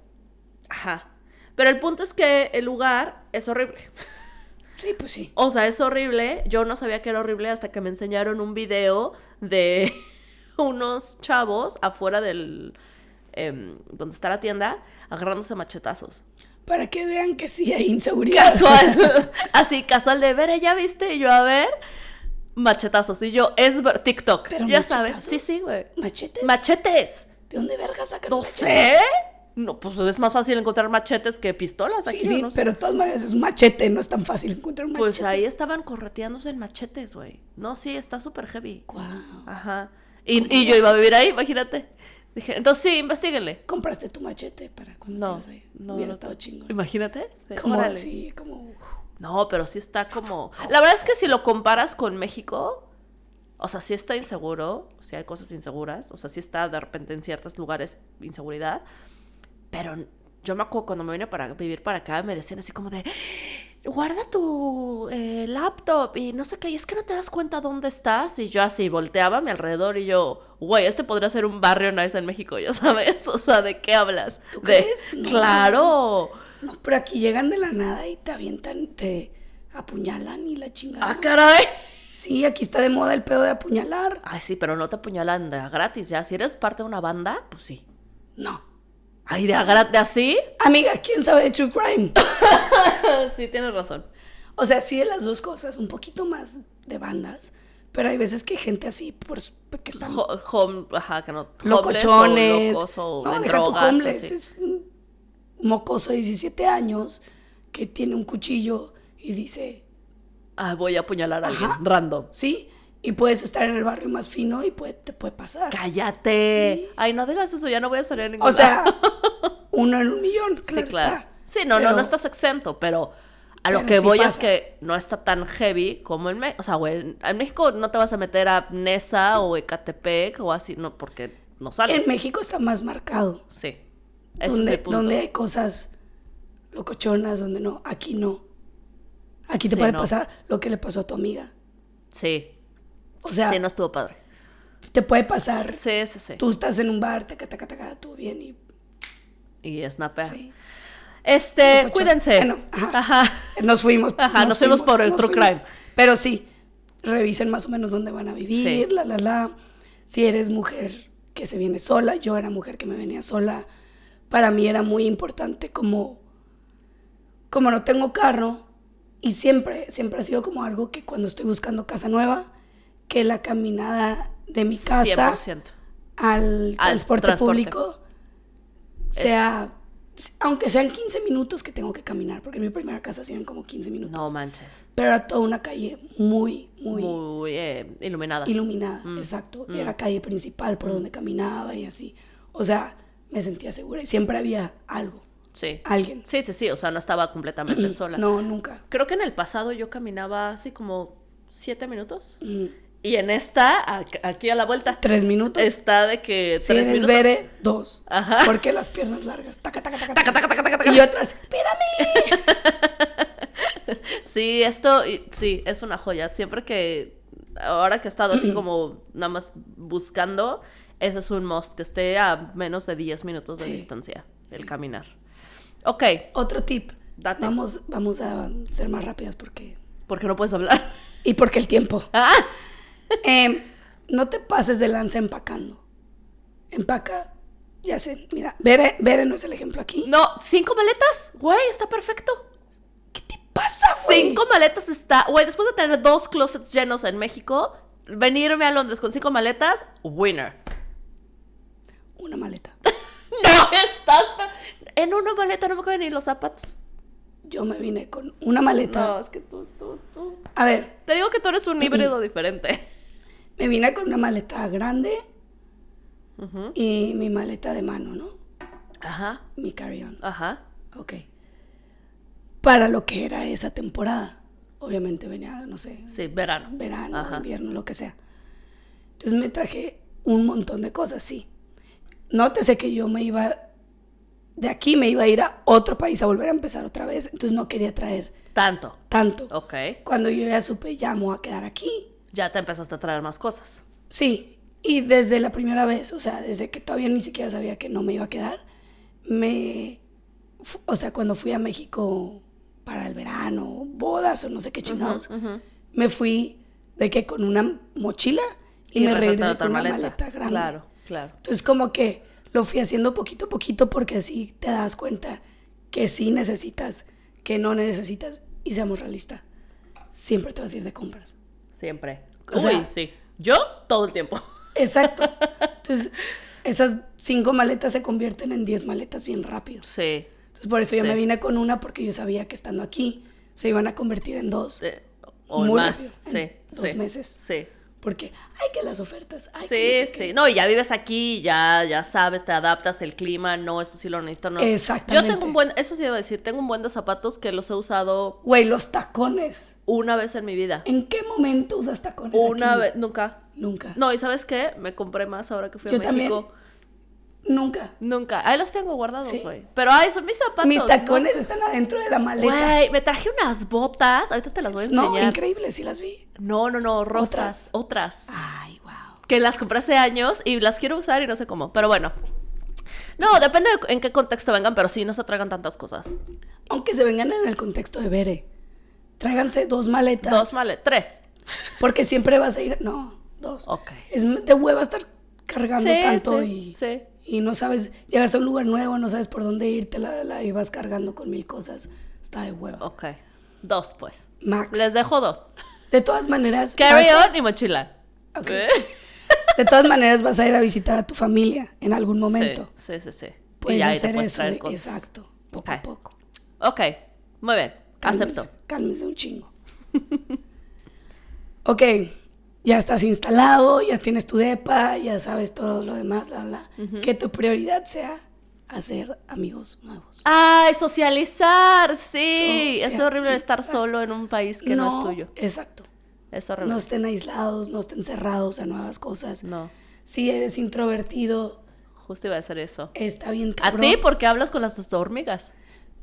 Ajá. Pero el punto es que el lugar es horrible. Sí, pues sí. O sea, es horrible. Yo no sabía que era horrible hasta que me enseñaron un video de [laughs] unos chavos afuera del... em, donde está la tienda, agarrándose a [laughs] machetazos. Para que vean que sí hay inseguridad. casual. así, casual de ver, ya viste, y yo a ver. Machetazos. Y yo, es ver- TikTok. [laughs] Pero ya machetazos. sabes. Sí, sí, güey. ¿Machetes? Machetes. ¿De dónde verga sacan No machetes? sé. No, pues es más fácil encontrar machetes que pistolas Sí, aquí. ¿o sí, no sé? pero de todas maneras es un machete, no es tan fácil encontrar un machete. Pues ahí estaban correteándose en machetes, güey. No, sí, está súper heavy. Guau. Ajá. Y, y yo iba a vivir ahí, imagínate. Dije, entonces sí, investiguenle. Compraste tu machete para cuando No, ibas ahí. no. Hubiera no, estado no. chingón. Imagínate. Sí, Como órale. así, como. No, pero sí está como. La verdad es que si lo comparas con México, o sea, sí está inseguro, sí hay cosas inseguras, o sea, sí está de repente en ciertos lugares inseguridad, pero yo me acuerdo cuando me vine para vivir para acá, me decían así como de. Guarda tu eh, laptop y no sé qué, y es que no te das cuenta dónde estás. Y yo así volteaba a mi alrededor y yo, güey, este podría ser un barrio nice en México, ya [laughs] sabes. O sea, ¿de qué hablas? ¿Tú De- crees? No. Claro. No, pero aquí llegan de la nada y te avientan, te apuñalan y la chingada. Ah, caray. Sí, aquí está de moda el pedo de apuñalar. Ay, sí, pero no te apuñalan de a gratis, ya. Si eres parte de una banda, pues sí. No. Ay, de a gratis, [laughs] así. Amiga, ¿quién sabe de True Crime? sí, tienes razón. O sea, sí de las dos cosas, un poquito más de bandas, Pero hay veces que hay gente así, por s- que están Ho- home- ajá, que no. homeless o locochones, locos o no, en deja tú drogas. homeless, así. es un mocoso de 17 años que tiene un cuchillo y dice, Ah, voy a apuñalar a alguien. Ajá. Random. sí, y puedes estar en el barrio más fino y puede- te puede pasar. Cállate. Sí. Ay, no digas eso, ya no voy a salir a ningún [laughs] O sea, lado. uno en un millón, claro. sí, claro. está. Sí, no, no, Pero- no estás exento, pero a lo Pero que sí voy es pasa. que no está tan heavy como en México. O sea, güey, en- en México no te vas a meter a Nesa o Ecatepec o así, no, porque no sales. En México está más marcado. Sí. Ese es mi Donde, punto. donde hay cosas locochonas, donde no. Aquí no. Aquí te Sí, puede no. pasar lo que le pasó a tu amiga. Sí. O sea, sí, no estuvo padre. te puede pasar. Sí, sí, sí. Tú estás en un bar, taca, taca, taca, tú bien y... Y snapea. sí. Este, Locochón. cuídense. Bueno, ajá. ajá. [laughs] Nos fuimos. Ajá, nos fuimos por el nos true fuimos. crime. Pero sí, revisen más o menos dónde van a vivir, Sí. la, la, la. Si eres mujer que se viene sola, yo era mujer que me venía sola. Para mí era muy importante como, como no tengo carro y siempre, siempre ha sido como algo que cuando estoy buscando casa nueva, que la caminada de mi casa 100%. al, transporte, transporte. público sea, aunque sean 15 minutos que tengo que caminar, porque en mi primera casa sí eran como 15 minutos. No manches. pero era toda una calle muy, muy, Muy, Mm, eh, iluminada. iluminada, exacto. Era calle principal por donde caminaba y así. O sea, me sentía segura y siempre había algo, sí. alguien. Sí, sí, sí. O sea, no estaba [clears throat] completamente sola. Ah. Mm, No, nunca. Creo que en el pasado yo caminaba así como siete minutos. Mm. Y en esta, ac- aquí a la vuelta, Tres minutos. está de que si tres eres minutos. bere, dos. Ajá. Porque las piernas largas. Taca, taca, taca, Taca, taca. taca, taca, taca, taca. Y otras, espérame. Sí, esto, y- sí, es una joya. Siempre que, ahora que he estado [clears throat] así como nada más buscando, ese es un must, que esté a menos de 10 minutos de Sí. distancia el caminar. Ok, Otro tip. Date. Vamos, vamos a ser más rápidas porque. porque no puedes hablar. [laughs] Y porque el tiempo. Ah, Em, no te pases de lanza empacando. Empaca, ya sé, mira, Bere, Bere no es el ejemplo aquí. no, cinco maletas, güey, está perfecto. ¿Qué te pasa, güey? Cinco maletas está, güey, después de tener dos closets llenos en México, venirme a Londres con cinco maletas, winner. Una maleta. No, [laughs] estás pe- en una maleta, no me caben ni los zapatos. Yo me vine con una No, maleta. es que tú, tú, tú. A ver, Te digo que tú eres un [clears throat] híbrido diferente. me vine con una maleta grande Ujú. y mi maleta de mano, ¿no? Ajá, Mi carry-on. ajá. Ok. Para lo que era esa temporada. Obviamente venía, no sé, Sí, verano. verano, Ajá. invierno, lo que sea. Entonces me traje un montón de cosas, sí. Nótese que yo me iba, de aquí me iba a ir a otro país a volver a empezar otra vez, entonces no quería traer Tanto. tanto. Ok. Cuando yo ya supe, ya me voy a quedar aquí, Ya te empezaste a traer más cosas. sí. Y desde la primera vez, o sea, desde que todavía ni siquiera sabía que no me iba a quedar, me, fu- o sea, cuando fui a México para el verano, bodas o no sé qué chingados, Ujú. me fui de que con una mochila y, me resulta regresé otra con una maleta grande. Claro, claro. Entonces como que lo fui haciendo poquito a poquito porque así te das cuenta que sí necesitas, que no necesitas y seamos realistas. Siempre te vas a ir de compras. Siempre. O Uy, sea- sí. Yo todo el tiempo. Exacto. Entonces esas cinco maletas se convierten en diez maletas bien rápido. Sí. Entonces por eso yo Sí. me vine con una porque yo sabía que estando aquí se iban a convertir en dos. Eh, o Muy más. rápido, en Sí. dos sí, meses. Sí. Porque hay que las ofertas. Ay, Sí, que no sé qué. sí. No, y ya vives aquí, ya, ya sabes, te adaptas, el clima, no, esto sí lo necesito, no. Exactamente. Yo tengo un buen, eso sí debo decir, tengo un buen de zapatos que los he usado Güey, los tacones. una vez en mi vida. ¿En qué momento usas tacones? Una aquí? vez, nunca. Nunca. No, ¿y sabes qué? Me compré más ahora que fui a Yo también. México. Nunca. Nunca. Ahí los tengo guardados, Sí. güey. Pero ay, son mis zapatos. Mis ¿no? tacones están adentro de la maleta. Güey, me traje unas botas. Ahorita te las voy a no, enseñar. increíble, Ah. sí las vi. No, no, no, rosas. Otras. Ay, wow. Que las compré hace años y las quiero usar y no sé cómo. Pero bueno. No, depende de en qué contexto vengan, pero sí, no se traigan tantas cosas. Aunque se vengan en el contexto de Bere. Tráiganse dos maletas. Dos maletas. Tres. Porque siempre vas a ir. No, dos. Ok. Es de hueva estar cargando Sí, tanto sí, y. sí. Y no sabes, llegas a un lugar nuevo, no sabes por dónde irte, la, la, y vas cargando con mil cosas. Está de hueva. Ok. Dos, pues. Max. [laughs] Les dejo dos. De todas maneras. Carry vas- on y mochila. ¿Eh? Ok. De todas maneras vas a ir a visitar a tu familia en algún momento. Sí, sí, sí. sí. Y Puedes ya ahí te hacer puedes eso. traer de- cosas. Exacto. Poco Ok. a poco. Ok, muy bien. Acepto. Cálmese, Cálmese un chingo. [laughs] ok. Ya estás instalado, ya tienes tu depa, ya sabes todo lo demás, la, la. Que tu prioridad sea hacer amigos Ah, nuevos. Ay, socializar, sí. Es Socializar. horrible estar solo en un país que no, es tuyo. Exacto. Es horrible. No estén aislados, no estén cerrados a nuevas cosas. No, Si eres introvertido, justo iba a hacer eso. está bien A Eh, cabrón. ti porque hablas con las hormigas.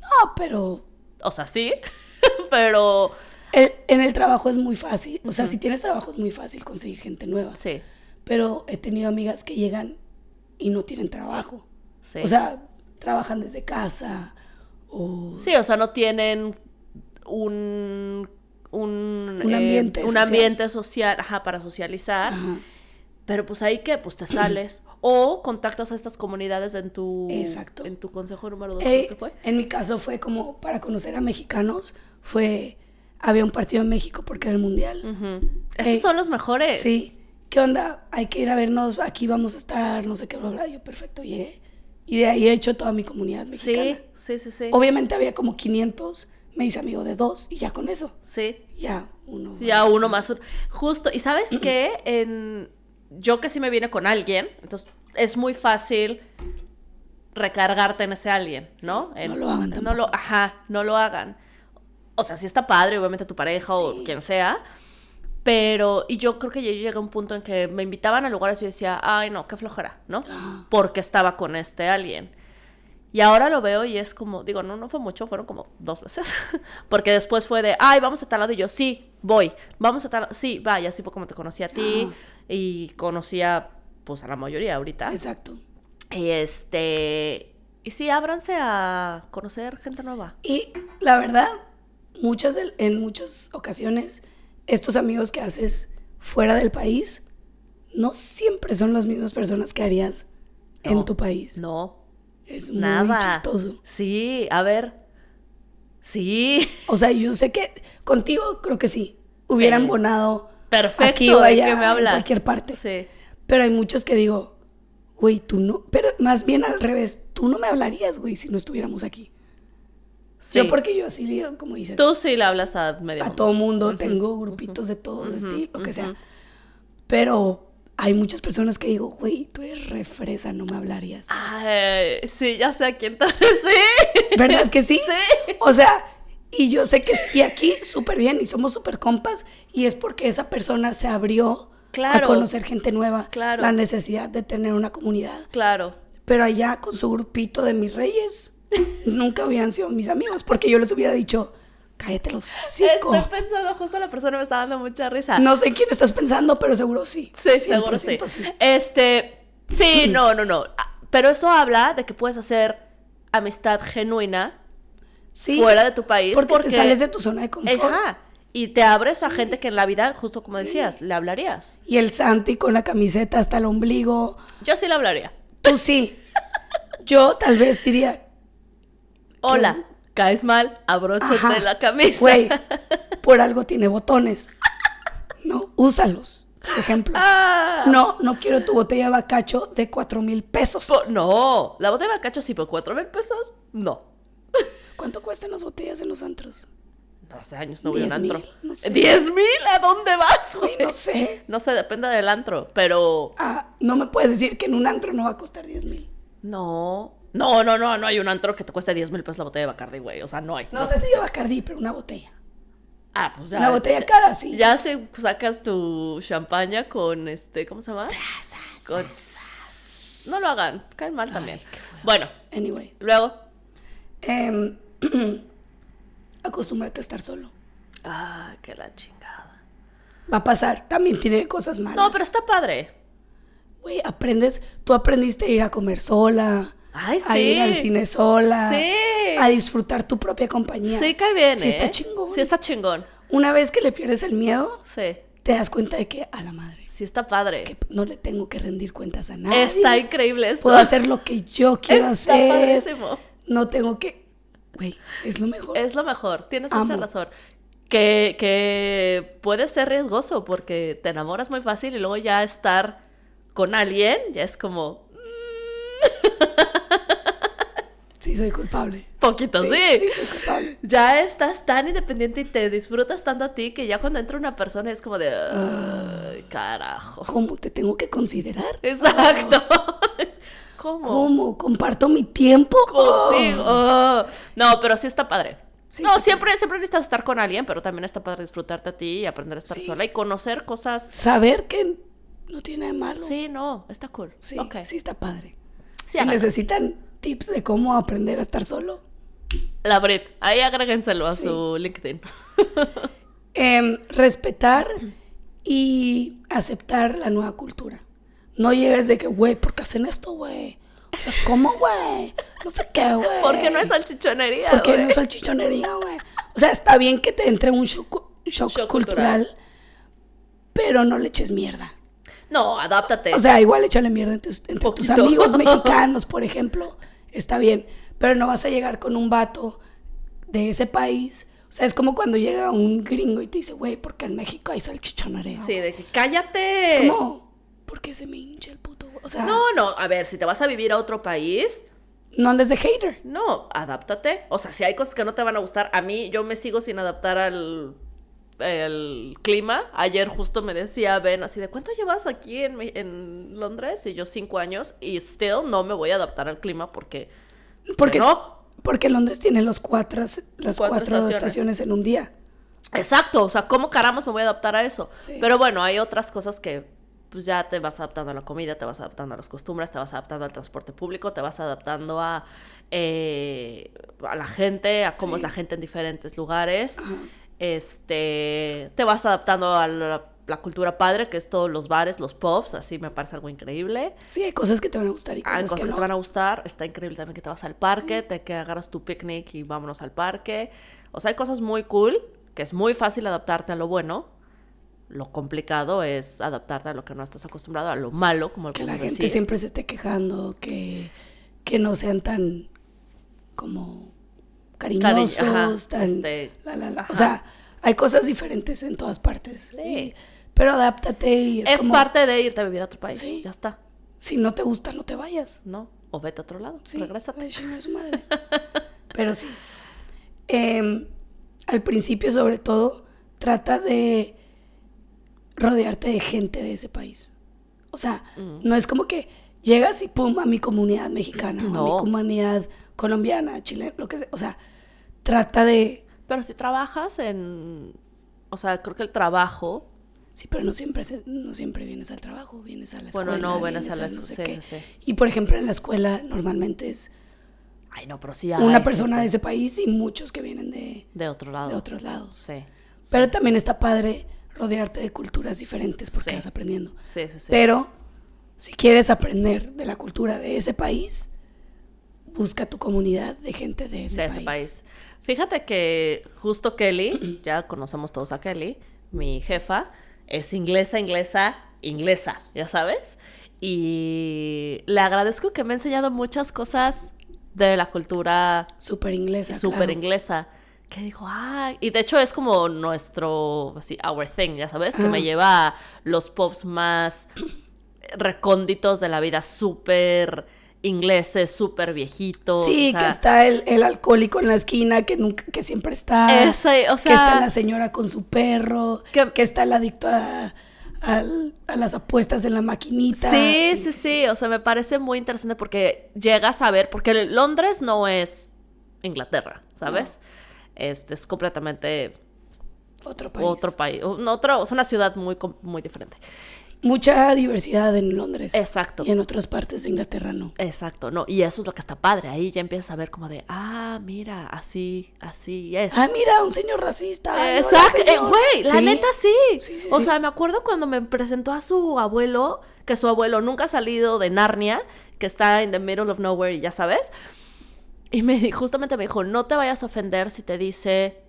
No, pero O sea, sí, [laughs] pero el- Eh, en el trabajo es muy fácil. O sea, si tienes trabajo es muy fácil conseguir gente nueva. sí, Pero he tenido amigas que llegan y no tienen trabajo. sí. O sea, trabajan desde casa o... Sí, o sea, no tienen un un, eh, Un ambiente un social. ambiente social, ajá, para socializar, Ajá, pero pues ahí que [clears throat] pues te sales o contactas a estas comunidades en tu Exacto. en tu consejo número dos Eh, creo que fue. En mi caso fue como para conocer a mexicanos, fue... Había un partido en México porque era el mundial. Ujú. Esos Ey. son los mejores. Sí. ¿Qué onda? Hay que ir a vernos, aquí vamos a estar, no sé qué, bla, bla. Yo, perfecto, llegué. Y de ahí he hecho toda mi comunidad mexicana. Sí, sí, sí, sí. Obviamente había como 500, me hice amigo de dos y ya con eso. Sí. Ya uno. Ya uno más uno. Justo. ¿Y sabes qué? En, yo que sí me vine con alguien, entonces es muy fácil recargarte en ese alguien, ¿no? Sí, En- no lo hagan No lo, tampoco. ajá, no lo hagan. O sea, sí está padre, obviamente tu pareja o Sí. quien sea. Pero, y yo creo que yo llegué a un punto en que me invitaban a lugares y yo decía, ay, no, qué flojera, ¿no? Ajá. Porque estaba con este alguien. Y ahora lo veo y es como, digo, no, no fue mucho, fueron como dos veces. [laughs] Porque después fue de, ay, vamos a tal lado. Y yo, sí, voy. Vamos a tal lado. Sí, va. Y así fue como te conocí a ti. Ajá. Y conocía, pues, a la mayoría ahorita. Exacto. Y este. Y sí, ábranse a conocer gente nueva. Y la verdad, muchas del- en muchas ocasiones, estos amigos que haces fuera del país no siempre son las mismas personas que harías No. en tu país. No, Es muy nada. chistoso. Sí, a ver. Sí. [laughs] O sea, yo sé que contigo creo que sí. Hubiera Sí. embonado Perfecto. aquí o ¿de allá, qué me hablas? en cualquier parte. Sí. Pero hay muchos que digo, güey, tú no. Pero más bien al revés, tú no me hablarías, güey, si no estuviéramos aquí. sí. Yo, porque yo así, como dices, Tú sí le hablas a medio a mundo. todo mundo tengo grupitos de todos, estilos, lo que sea. Pero hay muchas personas que digo, güey, tú eres refresa, no me hablarías. Ah. Ay, sí, ya sé a quién te [laughs] sí. ¿Verdad que sí? [laughs] Sí. O sea, y yo sé que. Y aquí súper bien, y somos súper compas, y es porque esa persona se abrió Claro. a conocer gente nueva. Claro. La necesidad de tener una comunidad. Claro. Pero allá con su grupito de mis [laughs] reyes, nunca hubieran sido mis amigos, porque yo les hubiera dicho, cállate los cinco. Estoy pensando, justo la persona me está dando mucha risa. No sé quién estás pensando, pero seguro sí. Ah. Sí, seguro sí. 100% sí. Mm. Este, sí, no, no, no. Ah, Pero eso habla de que puedes hacer amistad genuina Sí, fuera de tu país. porque, Porque, te sales de tu zona de confort. Ajá. Y te abres a gente que en la vida, justo como Sí. decías, le hablarías. Y el Santi con la camiseta hasta el ombligo. Yo sí le hablaría. Tú sí. Yo tal vez diría, Hola, caes mal, abróchate Ajá. la camisa. güey, por algo tiene botones. No, úsalos, por ejemplo. [laughs] Ah. No, no quiero tu botella de bacacho de cuatro mil pesos. Po- no, la botella de bacacho sí, por cuatro mil pesos, no. ¿Cuánto cuestan las botellas en los antros? No, hace años no voy a un Diez mil, antro. no sé. ¿Diez mil? ¿A dónde vas, Güey, güey? no sé. No sé, depende del antro, pero... Ah, no me puedes decir que en un antro no va a costar 10 mil. No. No, no, no, no hay un antro que te cueste 10 mil pesos la botella de Bacardi, güey. O sea, no hay. No sé si lleva Bacardi, pero una botella. Ah, pues ya. Una botella cara, sí. Ya se sacas tu champaña con este, ¿cómo se llama? Con... No lo hagan, caen mal también. Bueno, Anyway. luego. em, [clears throat] acostúmbrate a estar solo. Ah, que la chingada. Va a pasar. También tiene cosas malas. No, pero está padre. Güey, aprendes. Tú aprendiste a ir a comer sola. Ay, A ir sí. al cine sola. Sí. A disfrutar tu propia compañía. Sí, cae bien, Sí, ¿eh? está chingón. Sí, está chingón. Una vez que le pierdes el miedo, Sí, te das cuenta de que a la madre. sí está padre. Que no le tengo que rendir cuentas a nadie. Está increíble eso. Puedo hacer lo que yo quiero Está hacer. padrísimo. No tengo que. Güey, es lo mejor. Es lo mejor, tienes mucha Amo. razón. que, que puede ser riesgoso porque te enamoras muy fácil y luego ya estar con alguien ya es como Sí, soy culpable. poquito, ¿Ah, sí. Sí, soy culpable. Ya estás tan independiente y te disfrutas tanto a ti que ya cuando entra una persona es como de... "Ay, carajo. ¿Cómo te tengo que considerar? Exacto. [laughs] Es, ¿Cómo? ¿Cómo? ¿Comparto mi tiempo? contigo. No, pero sí está padre. Sí, no, está siempre, siempre necesitas estar con alguien, pero también está padre disfrutarte a ti y aprender a estar Sí. sola y conocer cosas. Saber que no tiene nada de malo. Sí, no, está cool. Sí, Ok. sí está padre. Sí, si háganlo. necesitan tips de cómo aprender a estar solo. La Brit, ahí agréguenselo a Sí. su [laughs] LinkedIn. Em, respetar y aceptar la nueva cultura. No llegues de que, güey, ¿por qué hacen esto, güey? O sea, ¿cómo, güey? No sé [laughs] qué, güey. Porque no es salchichonería. [laughs] ¿Por qué güey. no es salchichonería, güey? O sea, está bien que te entre un shock, shock Shock cultural, cultural. pero no le eches mierda. No, adáptate. O sea, igual échale mierda entre, tus- entre tus Poquito. [laughs] amigos mexicanos, por ejemplo. Está bien. Pero no vas a llegar con un vato de ese país. O sea, es como cuando llega un gringo y te dice, güey, porque en México hay salchichonarea. sí, de que cállate. Es como, ¿por qué se me hincha el puto? güey?" O sea, no, No, no, a ver, si te vas a vivir a otro país, andes de hater. no, adáptate. O sea, si hay cosas que no te van a gustar, a mí yo me sigo sin adaptar al el clima. Ayer justo me decía Ben así de, ¿cuánto llevas aquí en, Mi- en Londres? Y yo cinco años y still no me voy a adaptar al clima porque... Porque, no. porque Londres tiene los cuatro, las cuatro, Cuatro estaciones. estaciones. en un día. Exacto, o sea, ¿cómo caramos me voy a adaptar a eso? Sí. Pero bueno, hay otras cosas que pues ya te vas adaptando a la comida, te vas adaptando a las costumbres, te vas adaptando al transporte público, te vas adaptando a, eh, a la gente, a cómo Sí. es la gente en diferentes lugares. Este, te vas adaptando a la, la cultura padre, que es todos los bares, los pubs, así me parece algo increíble. Sí, hay cosas que te van a gustar y cosas, Hay cosas que, Ah, que no. te van a gustar. Está increíble también que te vas al parque, te que agarras tu picnic y vámonos al parque. O sea, hay cosas muy cool, que es muy fácil adaptarte a lo bueno. Lo complicado es adaptarte a lo que no estás acostumbrado, a lo malo, como el Que la gente siempre se esté quejando, que, que no sean tan como cariñosos, ajá, tan... este, la, la, la. O ajá. sea, hay cosas diferentes en todas partes. y- pero adáptate y es, Es como, parte de irte a vivir a otro país. Sí. Ya está, Si no te gusta, no te vayas. ¿no? O vete a otro lado, Sí, regrésate. ay, chinga su madre. [laughs] pero sí. Em, al principio, sobre todo, trata de rodearte de gente de ese país. O sea, Mm. no es como que llegas y pum a mi comunidad mexicana, o a No. mi comunidad colombiana, chilena, lo que sea. O sea, trata de. Pero si trabajas en... O sea, creo que el trabajo... Sí, pero no siempre, se- no siempre vienes al trabajo, vienes a la escuela. Bueno, no, vienes a la- no sé sí, qué. sí, sí. Y por ejemplo, en la escuela normalmente es Ay, no, pero sí hay una persona de gente ese país y muchos que vienen de, de otro lado. de otros lados. Sí. Pero sí, también está padre rodearte de culturas diferentes porque Sí. vas aprendiendo. Sí, sí, sí. Pero si quieres aprender de la cultura de ese país, busca tu comunidad de gente de ese, de país. ese país. Fíjate que justo Kelly, ya conocemos todos a Kelly, mi jefa, es inglesa, inglesa, inglesa, ya sabes. Y le agradezco que me ha enseñado muchas cosas de la cultura Súper inglesa. súper claro. inglesa. Que dijo, ah, y de hecho es como nuestro, así, our thing, ya sabes, que Ah. me lleva a los pops más recónditos de la vida, súper ingleses, súper viejitos. Sí, o que sea, está el, el alcohólico en la esquina que nunca, que siempre está. Ese, o Ah, que está sea- la señora con su perro. Que, Que- está el adicto a, al- a las apuestas en la maquinita. Sí, sí, sí, O sea, me parece muy interesante porque llegas a ver, porque Londres no es Inglaterra, ¿sabes? Este es completamente Otro país. otro país, un- otro, es una ciudad muy, com- muy diferente. Mucha diversidad en Londres. Exacto. Y en otras partes de Inglaterra no. Exacto, no, y eso es lo que está padre, ahí ya empiezas a ver como de, ah, mira, así, así es. Ah, mira, un señor racista. Ay, hola, Exacto, eh, señor. güey, la Sí. neta sí. Sí, sí, o sí. sea, me acuerdo cuando me presentó a su abuelo, que su abuelo nunca ha salido de Narnia, que está in the middle of nowhere y ya sabes. Y me di- justamente me dijo, no te vayas a ofender si te dice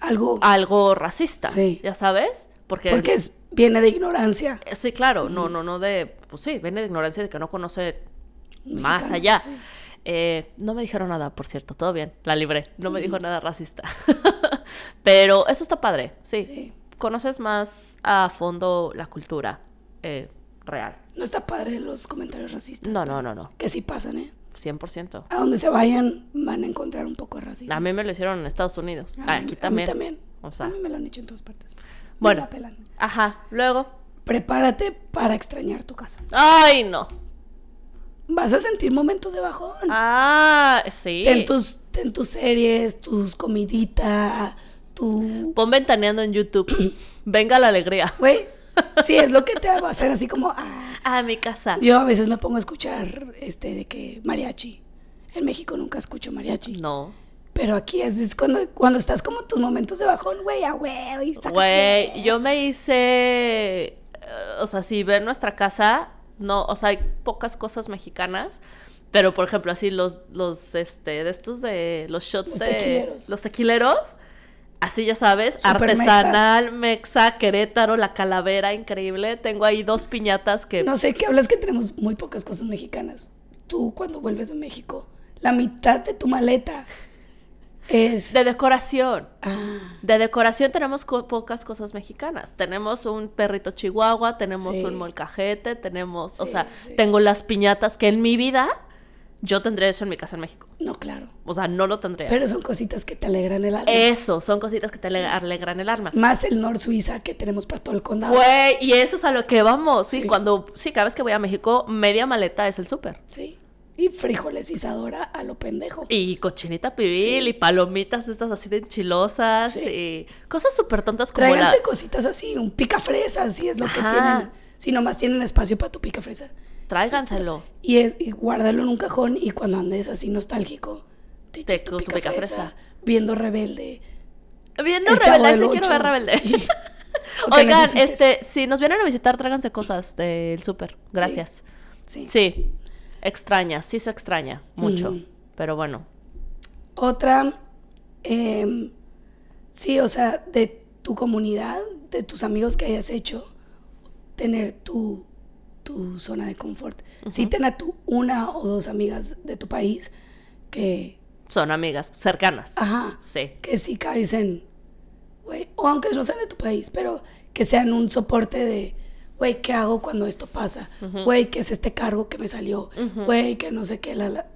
Algo. algo racista, Sí. ya sabes, porque porque es, viene de ignorancia. Eh, Sí, claro, no, no, no de, pues sí, viene de ignorancia de que no conoce Mexicano, más allá. Eh, no me dijeron nada, por cierto, todo bien, la libré, no me dijo nada racista. [laughs] Pero eso está padre, sí. Sí. Conoces más a fondo la cultura eh, real. Este. No está padre los comentarios racistas. No, no, no, no. Que sí pasan, ¿eh? 100%. A donde se vayan van a encontrar un poco de racismo. A mí me lo hicieron en Estados Unidos. Ah, A mí- Aquí también. A mí también. O sea. A mí me lo han hecho en todas partes. Me Bueno. la pelan. Ajá. Luego. Prepárate para extrañar tu casa. Ay, no. Vas a sentir momentos de bajón. Ah, sí. Ten Mm. tus, ten tus series, tus comidita, tu... Pon ventaneando en YouTube. [coughs] Venga la alegría. Güey, sí, es lo que te va a hacer así como... ah. A mi casa. Yo a veces me pongo a escuchar, este, de que mariachi. En México nunca escucho mariachi. No. Pero aquí es, es cuando, cuando estás como en tus momentos de bajón, güey, a huevo. y sacas- Güey, yo me hice. eh, O sea, si ven nuestra casa, no, o sea, hay pocas cosas mexicanas. Pero, por ejemplo, así los, los, este, de estos de los shots Los de. tequileros. Los tequileros. Así ya sabes, Super artesanal, mexa, Querétaro, la calavera, increíble. Tengo ahí dos piñatas que. No sé qué hablas que tenemos muy pocas cosas mexicanas. Tú cuando vuelves de México, la mitad de tu maleta es... De decoración. Ah, De decoración tenemos co- pocas cosas mexicanas. Tenemos un perrito chihuahua, tenemos Sí. un molcajete, tenemos, o Sí, sea, sí. tengo las piñatas que en mi vida yo tendré eso en mi casa en México. no, claro. O sea, no lo tendré. Pero son cositas que te alegran el alma. eso, son cositas que te ale- alegran el alma. Más el Nor Suiza que tenemos para todo el condado. Güey, y eso es a lo que vamos. Sí, Sí. cuando, sí, cada vez que voy a México, media maleta es el súper. Sí. Y frijoles y sadora a lo pendejo. Y cochinita pibil, Sí. y palomitas de estas así de enchilosas, y cosas súper tontas como Tráiganse la... cositas así, un pica fresa, así es lo que Ajá. tienen. Si nomás tienen espacio para tu pica fresa. Tráiganselo. Y, es- y guárdalo en un cajón y cuando andes así nostálgico, te Te echas tu tu pica, picafresa. fresa, viendo rebelde. Viendo El Chavo Rebelde, del sí quiero Ocho. ver Rebelde. [laughs] Sí. Lo que Oigan, necesites. este, si nos vienen a visitar, tráiganse cosas del súper. Gracias. Sí. Mm. Sí. extraña, sí se extraña mucho. Ujú. Pero bueno, Otra, em, sí, o sea, de tu comunidad, de tus amigos que hayas hecho, tener tu, tu zona de confort. Sí, ten a tu una o dos amigas de tu país que, son amigas cercanas. ajá, Sí. que sí caes en, güey, o aunque no sean de tu país, pero que sean un soporte de, güey, ¿qué hago cuando esto pasa? Güey, ¿qué es este cargo que me salió? Güey, que no sé qué, la, la-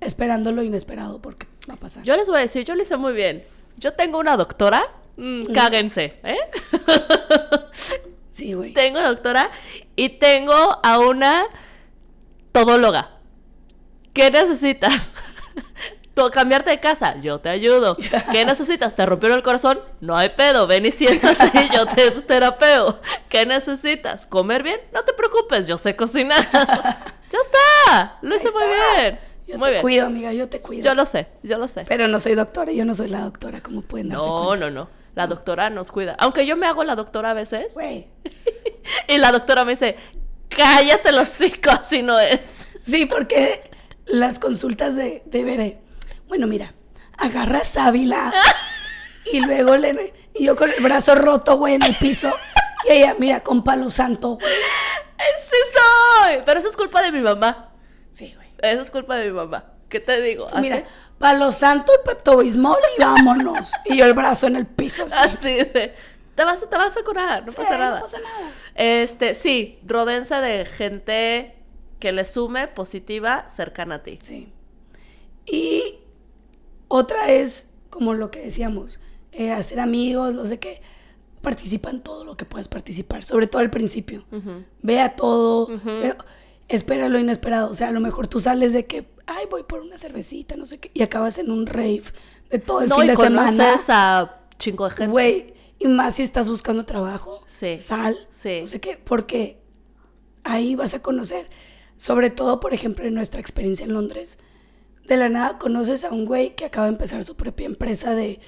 esperando lo inesperado porque va a pasar. Yo les voy a decir, yo lo hice muy bien. Yo tengo una doctora. mm, cáguense, ¿eh? sí, güey. tengo doctora y tengo a una todóloga. ¿Qué necesitas? [laughs] Tú cambiarte de casa, yo te ayudo. ¿Qué necesitas? ¿Te rompieron el corazón? No hay pedo, ven y siéntate y yo te [laughs] terapeo. ¿Qué necesitas? ¿Comer bien? No te preocupes, yo sé [laughs] cocinar. ¡Ya está! Lo hice Ahí muy está. bien. Yo muy te bien. cuido, amiga, yo te cuido. Yo lo sé, yo lo sé. Pero no soy doctora, yo no soy la doctora, como pueden darse No, cuenta. no, no. La doctora nos cuida. Aunque yo me hago la doctora a veces. Güey. Y la doctora me dice, cállate los cinco, así no es. Sí, porque las consultas de, de Bere, bueno, mira, agarra sábila y luego le... Y yo con el brazo roto, güey, en el piso. Y ella, mira, con palo santo. Sí soy. Pero eso es culpa de mi mamá. Sí, güey. Eso es culpa de mi mamá. ¿Qué te digo? Tú Así, Mira, palo santo y peptobismol y vámonos. Y yo el brazo en el piso. así. así de, te vas, te vas a curar, Ah, no Sí, pasa nada. No pasa nada. Este, sí, rodense de gente que le sume positiva, cercana a ti. Sí. Y otra es, como lo que decíamos, eh, hacer amigos, no sé qué. Participa en todo lo que puedas participar, sobre todo al principio. Vea todo, ve- espera lo inesperado. O sea, a lo mejor tú sales de que, ay, voy por una cervecita, no sé qué, y acabas en un rave de todo el no, fin y de semana. conoces a chingo de gente. Güey, y más si estás buscando trabajo, Sí. sal, Sí. no sé qué, porque ahí vas a conocer, sobre todo, por ejemplo, en nuestra experiencia en Londres, de la nada conoces a un güey que acaba de empezar su propia empresa de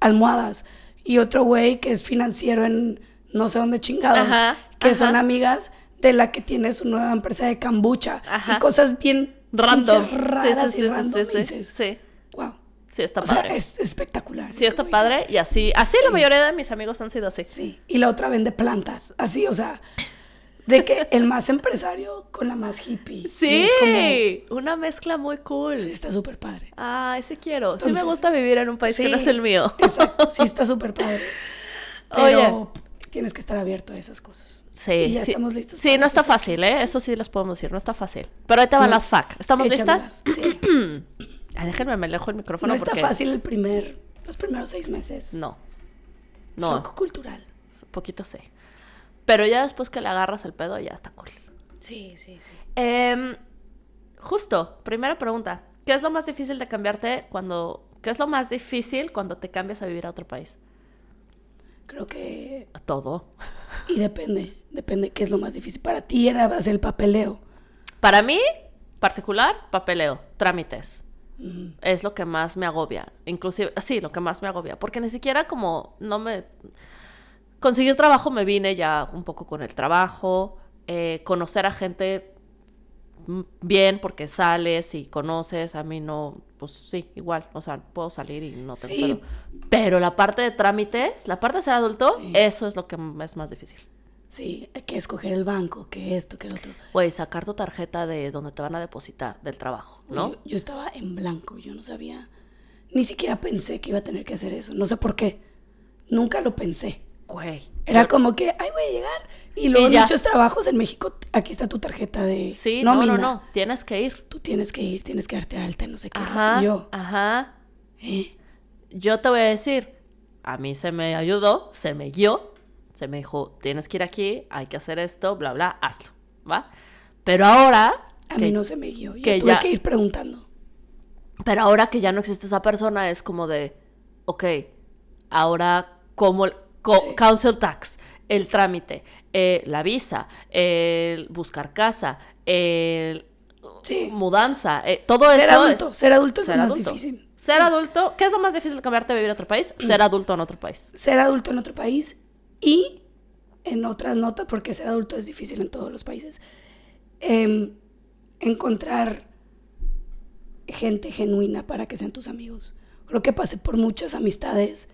almohadas y otro güey que es financiero en no sé dónde chingados, Ajá, que ajá. son amigas de la que tiene su nueva empresa de kombucha y Ajá. cosas bien Random. pinches raras y random, y sí, sí, dices, sí. wow. Sí, está o sea, padre. es espectacular. Sí, está Como dices, padre. Y así, así la mayoría de mis amigos han sido así. Sí, y la otra vende plantas, así, o sea, De que el más empresario con la más hippie. Y Sí, es como, una mezcla muy cool. sí, está súper padre. Ah, ese quiero. sí me Entonces- gusta vivir en un país que no es Sí, el mío. [laughs] [laughs] Exacto, sí está súper padre. Pero tienes que estar abierto a esas cosas. Sí, Y ya sí. estamos listos. Sí, para no está empezar. fácil, ¿eh? Eso sí les podemos decir, no está fácil. Pero ahí te van No. las FAC. ¿Estamos Échamelas, listas? [clears throat] sí. Ah, déjenme, me alejo el micrófono No está porque... fácil el primer, los primeros seis meses. No. No, Shock cultural. poquito sé. Pero ya después que le agarras el pedo, ya está cool. Sí, sí, sí. Em, justo, primera pregunta. ¿Qué es lo más difícil de cambiarte cuando... ¿Qué es lo más difícil cuando te cambias a vivir a otro país? Creo que. Todo. Y depende. Depende qué es lo más difícil. Para ti era hacer el papeleo. Para mí, particular, papeleo, trámites. Ujú. es lo que más me agobia. Inclusive, sí, lo que más me agobia. Porque ni siquiera como no me... Conseguir trabajo me vine ya un poco con el trabajo. eh, conocer a gente mm, bien porque sales y conoces. A mí no, pues sí, igual. O sea, puedo salir y no tengo Sí. pedo. Pero la parte de trámites, la parte de ser adulto, Sí. eso es lo que m- es más difícil. Sí, hay que escoger el banco, que esto, que el otro. Güey, sacar tu tarjeta de donde te van a depositar, del trabajo, ¿no? Yo, yo estaba en blanco, yo no sabía. Ni siquiera pensé que iba a tener que hacer eso. No sé por qué. Nunca lo pensé. Güey. Era como que, ay, voy a llegar. Y luego Y en ya. muchos trabajos en México, aquí está tu tarjeta de. Sí, no, nómina. no, no. Tienes que ir. Tú tienes que ir, tienes que darte alta, no sé qué. Ajá. Y yo, Ajá. ¿eh? Yo te voy a decir, a mí se me ayudó, se me guió, se me dijo, tienes que ir aquí, hay que hacer esto, bla, bla, hazlo, ¿va? Pero ahora, A que- mí no se me guió. Yo que tuve ya- que ir preguntando. pero ahora que ya no existe esa persona, es como de, ok, ahora, ¿cómo? el- co- Sí. Council tax, el trámite, eh, la visa, el buscar casa, el Sí. mudanza, eh, todo Ser eso adulto, es... ser adulto es ser lo más adulto. difícil. Mm. Ser adulto, ¿qué es lo más difícil de cambiarte de vivir a otro país? Ser adulto en otro país. Ser adulto en otro país y en otras notas, porque ser adulto es difícil en todos los países. em, encontrar gente genuina para que sean tus amigos. Creo que pasé por muchas amistades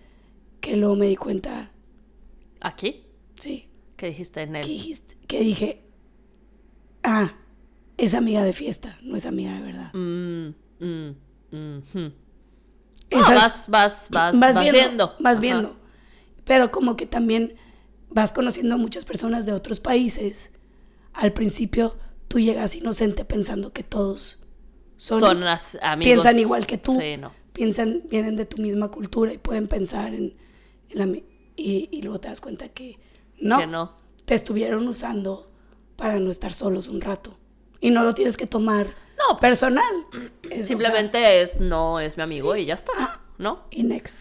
que luego me di cuenta, ¿Aquí? sí, que dijiste en que, el dijiste- que dije, ah, es amiga de fiesta, no es amiga de verdad. Mm, mm, mm, hmm. No, Esas- vas, vas, vas, vas viendo, Vas Ajá. viendo. Pero como que también vas conociendo a muchas personas de otros países. Al principio tú llegas inocente pensando que todos son, Son, as- amigos. piensan igual que tú. Sí, no. Piensan, vienen de tu misma cultura y pueden pensar en, en la mi- y, y luego te das cuenta que no, Que no. te estuvieron usando para no estar solos un rato. Y no lo tienes que tomar No, pues, personal. Es, o sea, Simplemente es no es mi amigo y ya está, ¿no? y next.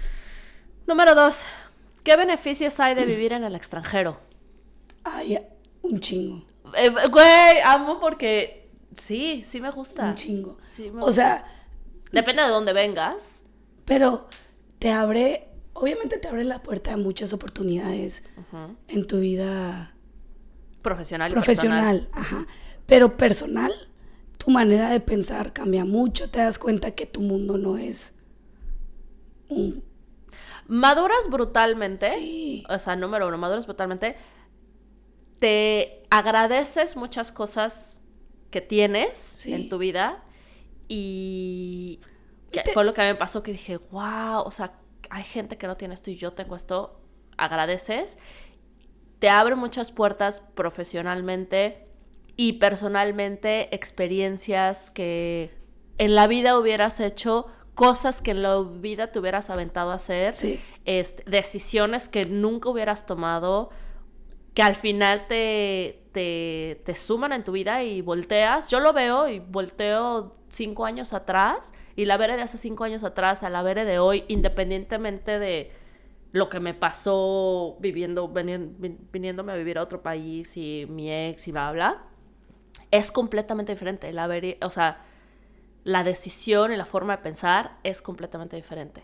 Número dos. ¿Qué beneficios hay Mm. de vivir en el extranjero? Ay, un chingo. Eh, güey, amo porque sí, sí me gusta. Un chingo. Sí, me o sea, Depende de dónde vengas. pero te abre, obviamente te abre la puerta a muchas oportunidades Ujú. en tu vida Profesional y personal. profesional. Ajá. Pero personal, tu manera de pensar cambia mucho. Te das cuenta que tu mundo no es un. Maduras brutalmente. Sí. O sea, número uno, maduras brutalmente. Te agradeces muchas cosas que tienes Sí. en tu vida. Y que te- fue lo que a mí me pasó que dije, wow, o sea, hay gente que no tiene esto y yo tengo esto. Agradeces. Te abre muchas puertas profesionalmente y personalmente, experiencias que en la vida hubieras hecho, cosas que en la vida te hubieras aventado a hacer Sí. este, decisiones que nunca hubieras tomado, que al final te, te, te suman en tu vida y volteas. Yo lo veo y volteo cinco años atrás y la veré de hace cinco años atrás a la veré de hoy, independientemente de lo que me pasó viviendo, venien- vin- viniéndome a vivir a otro país y mi ex y bla, bla, bla, es completamente diferente. La veré, o sea, la decisión y la forma de pensar es completamente diferente.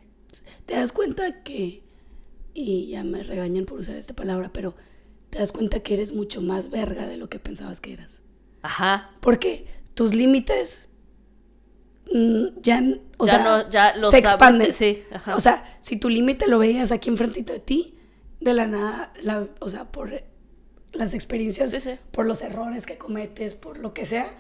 Te das cuenta que. Y ya me regañan por usar esta palabra, pero te das cuenta que eres mucho más verga de lo que pensabas que eras. Ajá. Porque tus límites mm, ya, n- o Ya sea, no- ya los se abriste, expanden. sí, ajá. O sea, si tu límite lo veías aquí enfrentito de ti, de la nada, la- o sea, por las experiencias, Sí, sí. por los errores que cometes, por lo que sea,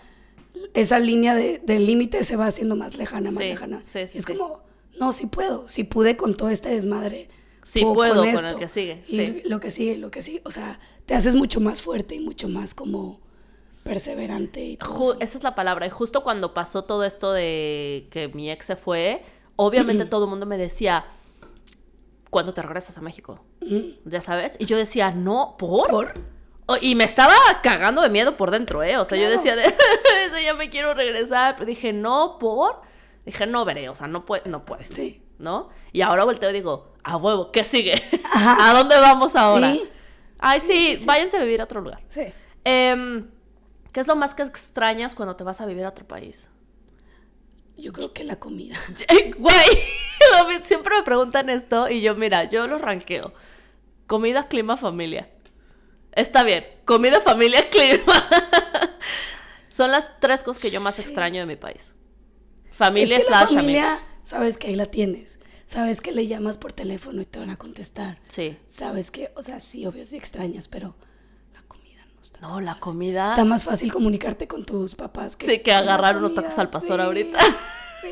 esa línea de- del límite se va haciendo más lejana, más Sí, lejana. sí, sí, es sí. como, no, sí puedo, sí pude con todo este desmadre. Sí puedo puedo con el que sigue, Y sí. lo que sigue, lo que sigue. O sea, te haces mucho más fuerte y mucho más como perseverante y todo Ju- eso. esa es la palabra. Y justo cuando pasó todo esto de que mi ex se fue, obviamente todo el mundo me decía, ¿cuándo te regresas a México? Ujú. ¿Ya sabes? Y yo decía, no, ¿por? Por- O- Y me estaba cagando de miedo por dentro, ¿eh? O sea, yo Claro. decía, de, [laughs] "Sí, ya me quiero regresar. Pero dije, no, ¿por? Dije, no, veré, o sea, no, puede, no puedes. Sí. ¿No? Y ahora volteo y digo, a huevo, ¿qué sigue? Ajá. [laughs] ¿A dónde vamos ahora? Sí. Ay, Sí, sí, sí. váyanse a vivir a otro lugar. Sí. Em, ¿Qué es lo más que extrañas cuando te vas a vivir a otro país? Yo creo que la [laughs] comida. Eh, [laughs] Güey, lo vi- siempre me preguntan esto y yo, mira, yo los ranqueo. Comida, clima, familia. Está bien, comida, familia, [laughs] clima. Son las tres cosas que yo más Sí. extraño de mi país. Familia es que la slash familia, amigos. sabes que ahí la tienes. Sabes que le llamas por teléfono y te van a contestar. Sí. Sabes que, o sea, sí, obvio, sí extrañas, pero la comida no está. No, la comida. Está más fácil comunicarte con tus papás que. Sí, que agarrar agarraron unos tacos al pastor ahorita. Sí.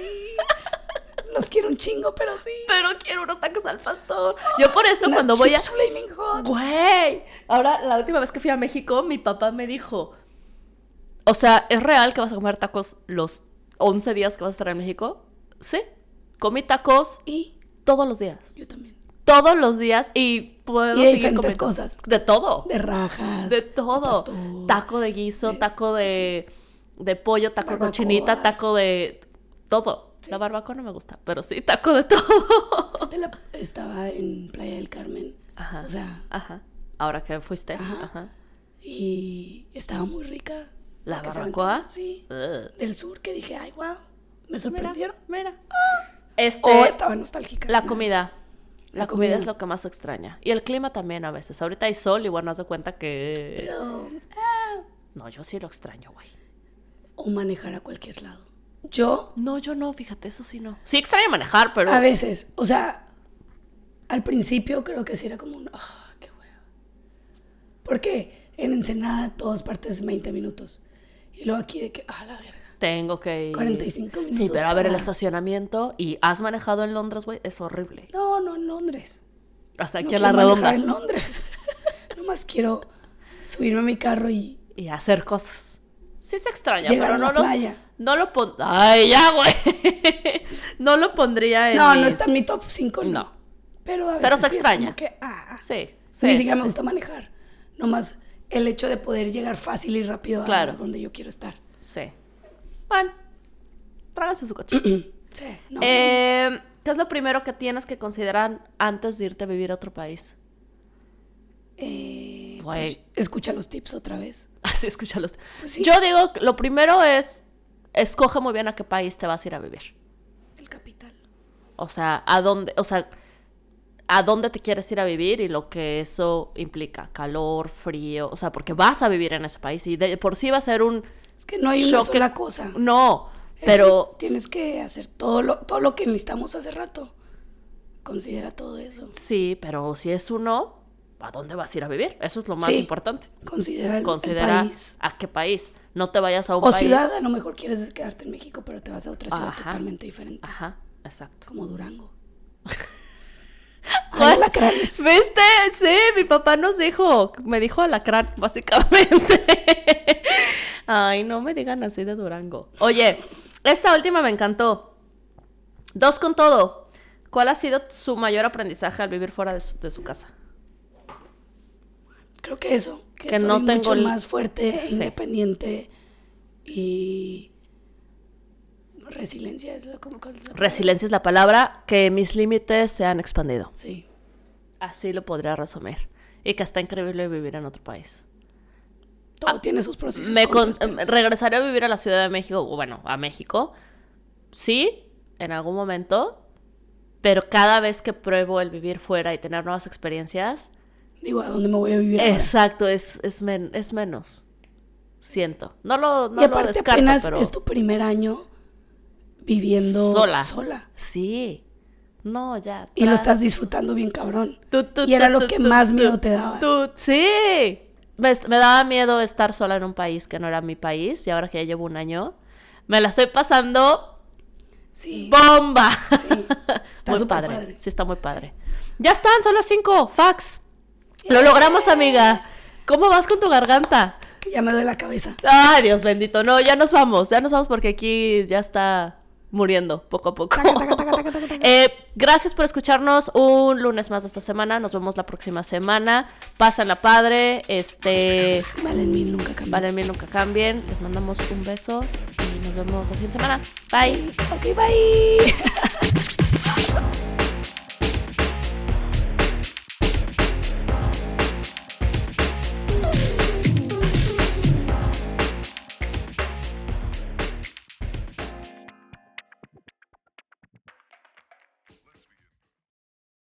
Los quiero un chingo, pero sí. Pero quiero unos tacos al pastor. Yo por eso cuando voy a... a. Güey. Ahora, la última vez que fui a México, mi papá me dijo, o sea, ¿es real que vas a comer tacos los 11 días que vas a estar en México? Sí. Comí tacos Y todos los días. yo también. Todos los días y puedo Y de seguir diferentes comiendo. cosas. De todo. De rajas. De todo. pastor. Taco de guiso, Sí. taco de, de pollo, taco de Barbacoa. cochinita, taco de todo. Sí. La barbacoa no me gusta, pero sí, taco de [laughs] todo. Te la- Estaba en Playa del Carmen. Ajá. O sea, Ajá. Ahora que fuiste. Ajá. Ajá. y estaba muy rica. ¿La Que se barbacoa? aventó- Sí. Ugh. Del sur que dije, ay, wow. Me Mira, sorprendieron. mira. O Este, estaba nostálgica. la Nada. comida. La, Oh, comida. La comida. es lo que más extraña. Y el clima también a veces. Ahorita hay sol y bueno, haz de cuenta que... Pero No, yo sí lo extraño, güey. o manejar a cualquier lado. Yo, No, yo no, fíjate, eso sí no. Sí extraño manejar, pero... a veces, o sea, al principio creo que sí era como un, ah, qué hueva. Porque en Ensenada todas partes 20 minutos. Y luego aquí de que, ah, la verga. Tengo que ir... 45 minutos Sí, pero a ver el para- estacionamiento y has manejado en Londres, güey, es horrible. No, no, en Londres. Hasta No aquí en la quiero redonda. manejar En Londres. [laughs] Nomás quiero subirme a mi carro y Y hacer cosas. Sí se extraña, llegar pero a no la lo... playa. No lo pon... ¡Ay, ya, güey! [laughs] no lo pondría en No, no mis- está en mi top 5. No. No. Pero a veces Pero se sí es extraña. como que, ah, Sí, Ni sí, siquiera sí, me gusta manejar. Nomás el hecho de poder llegar fácil y rápido Claro. a donde yo quiero estar. Sí. Bueno, trágase su coche. Sí, no. [clears throat] Eh, ¿Qué es lo primero que tienes que considerar antes de irte a vivir a otro país? [laughs] Eh, güey. pues, escucha los tips otra vez. Así escúchalos. Pues sí. Yo digo, que lo primero es, escoge muy bien a qué país te vas a ir a vivir. El capital. O sea, a dónde, o sea, a dónde te quieres ir a vivir y lo que eso implica, calor, frío, o sea, porque vas a vivir en ese país y de por sí va a ser un Es que no hay una Choque. sola cosa. no, Es- pero tienes que hacer todo lo, todo lo que enlistamos hace rato. Considera todo eso. sí, pero si es uno, ¿a dónde vas a ir a vivir? Eso es lo más Sí. importante. Considera el, el Considera país. a qué país. No te vayas a un O país. ciudad, a lo mejor quieres quedarte en México, pero te vas a otra ciudad Ajá. totalmente diferente. Ajá, exacto. Como Durango. [laughs] ¿Cuál? Ay, alacranes. ¿Viste? Sí, mi papá nos dijo, me dijo alacrán, [laughs] básicamente. Ay, no me digan así de Durango. Oye, esta última me encantó. Dos con todo. ¿Cuál ha sido su mayor aprendizaje al vivir fuera de su, de su casa? Creo que eso, que, Que soy no tengo mucho el- más fuerte, e Sí. independiente y resiliencia es lo como cuál es la palabra? Resiliencia es la palabra, que mis límites se han expandido. Sí. Así lo podría resumir. Y que está increíble vivir en otro país. Todo tiene sus pros y sus Ah, me con- contras, pero sí. regresaré a vivir a la Ciudad de México, o bueno, a México. Sí, en algún momento, pero cada vez que pruebo el vivir fuera y tener nuevas experiencias, Digo, ¿a dónde me voy a vivir ahora? exacto, es, es, men- es menos. Siento. No lo, no y lo aparte descarto, apenas pero es tu primer año viviendo Sola. sola. sí. No, ya. Y lo tras- estás disfrutando bien cabrón. Tú, tú, y era tú, lo tú, que tú, más tú, miedo te daba. tú, sí. me, est- me daba miedo estar sola en un país que no era mi país y ahora que ya llevo un año, me la estoy pasando Sí. bomba. Sí. [laughs] Está muy súper padre. padre. Sí, está muy padre. Ya están, son las 5, fax. Lo logramos, amiga. ¿Cómo vas con tu garganta? Ya me duele la cabeza. Ay, Dios bendito. No, ya nos vamos, ya nos vamos porque aquí ya está muriendo poco a poco. Taca, taca, taca, taca, taca, taca. Eh, gracias por escucharnos un lunes más de esta semana. Nos vemos la próxima semana. Pásenla padre. Este, Vale, en mí nunca cambió. valen bien, nunca cambien. Les mandamos un beso y nos vemos la siguiente semana. Bye. Ok, bye.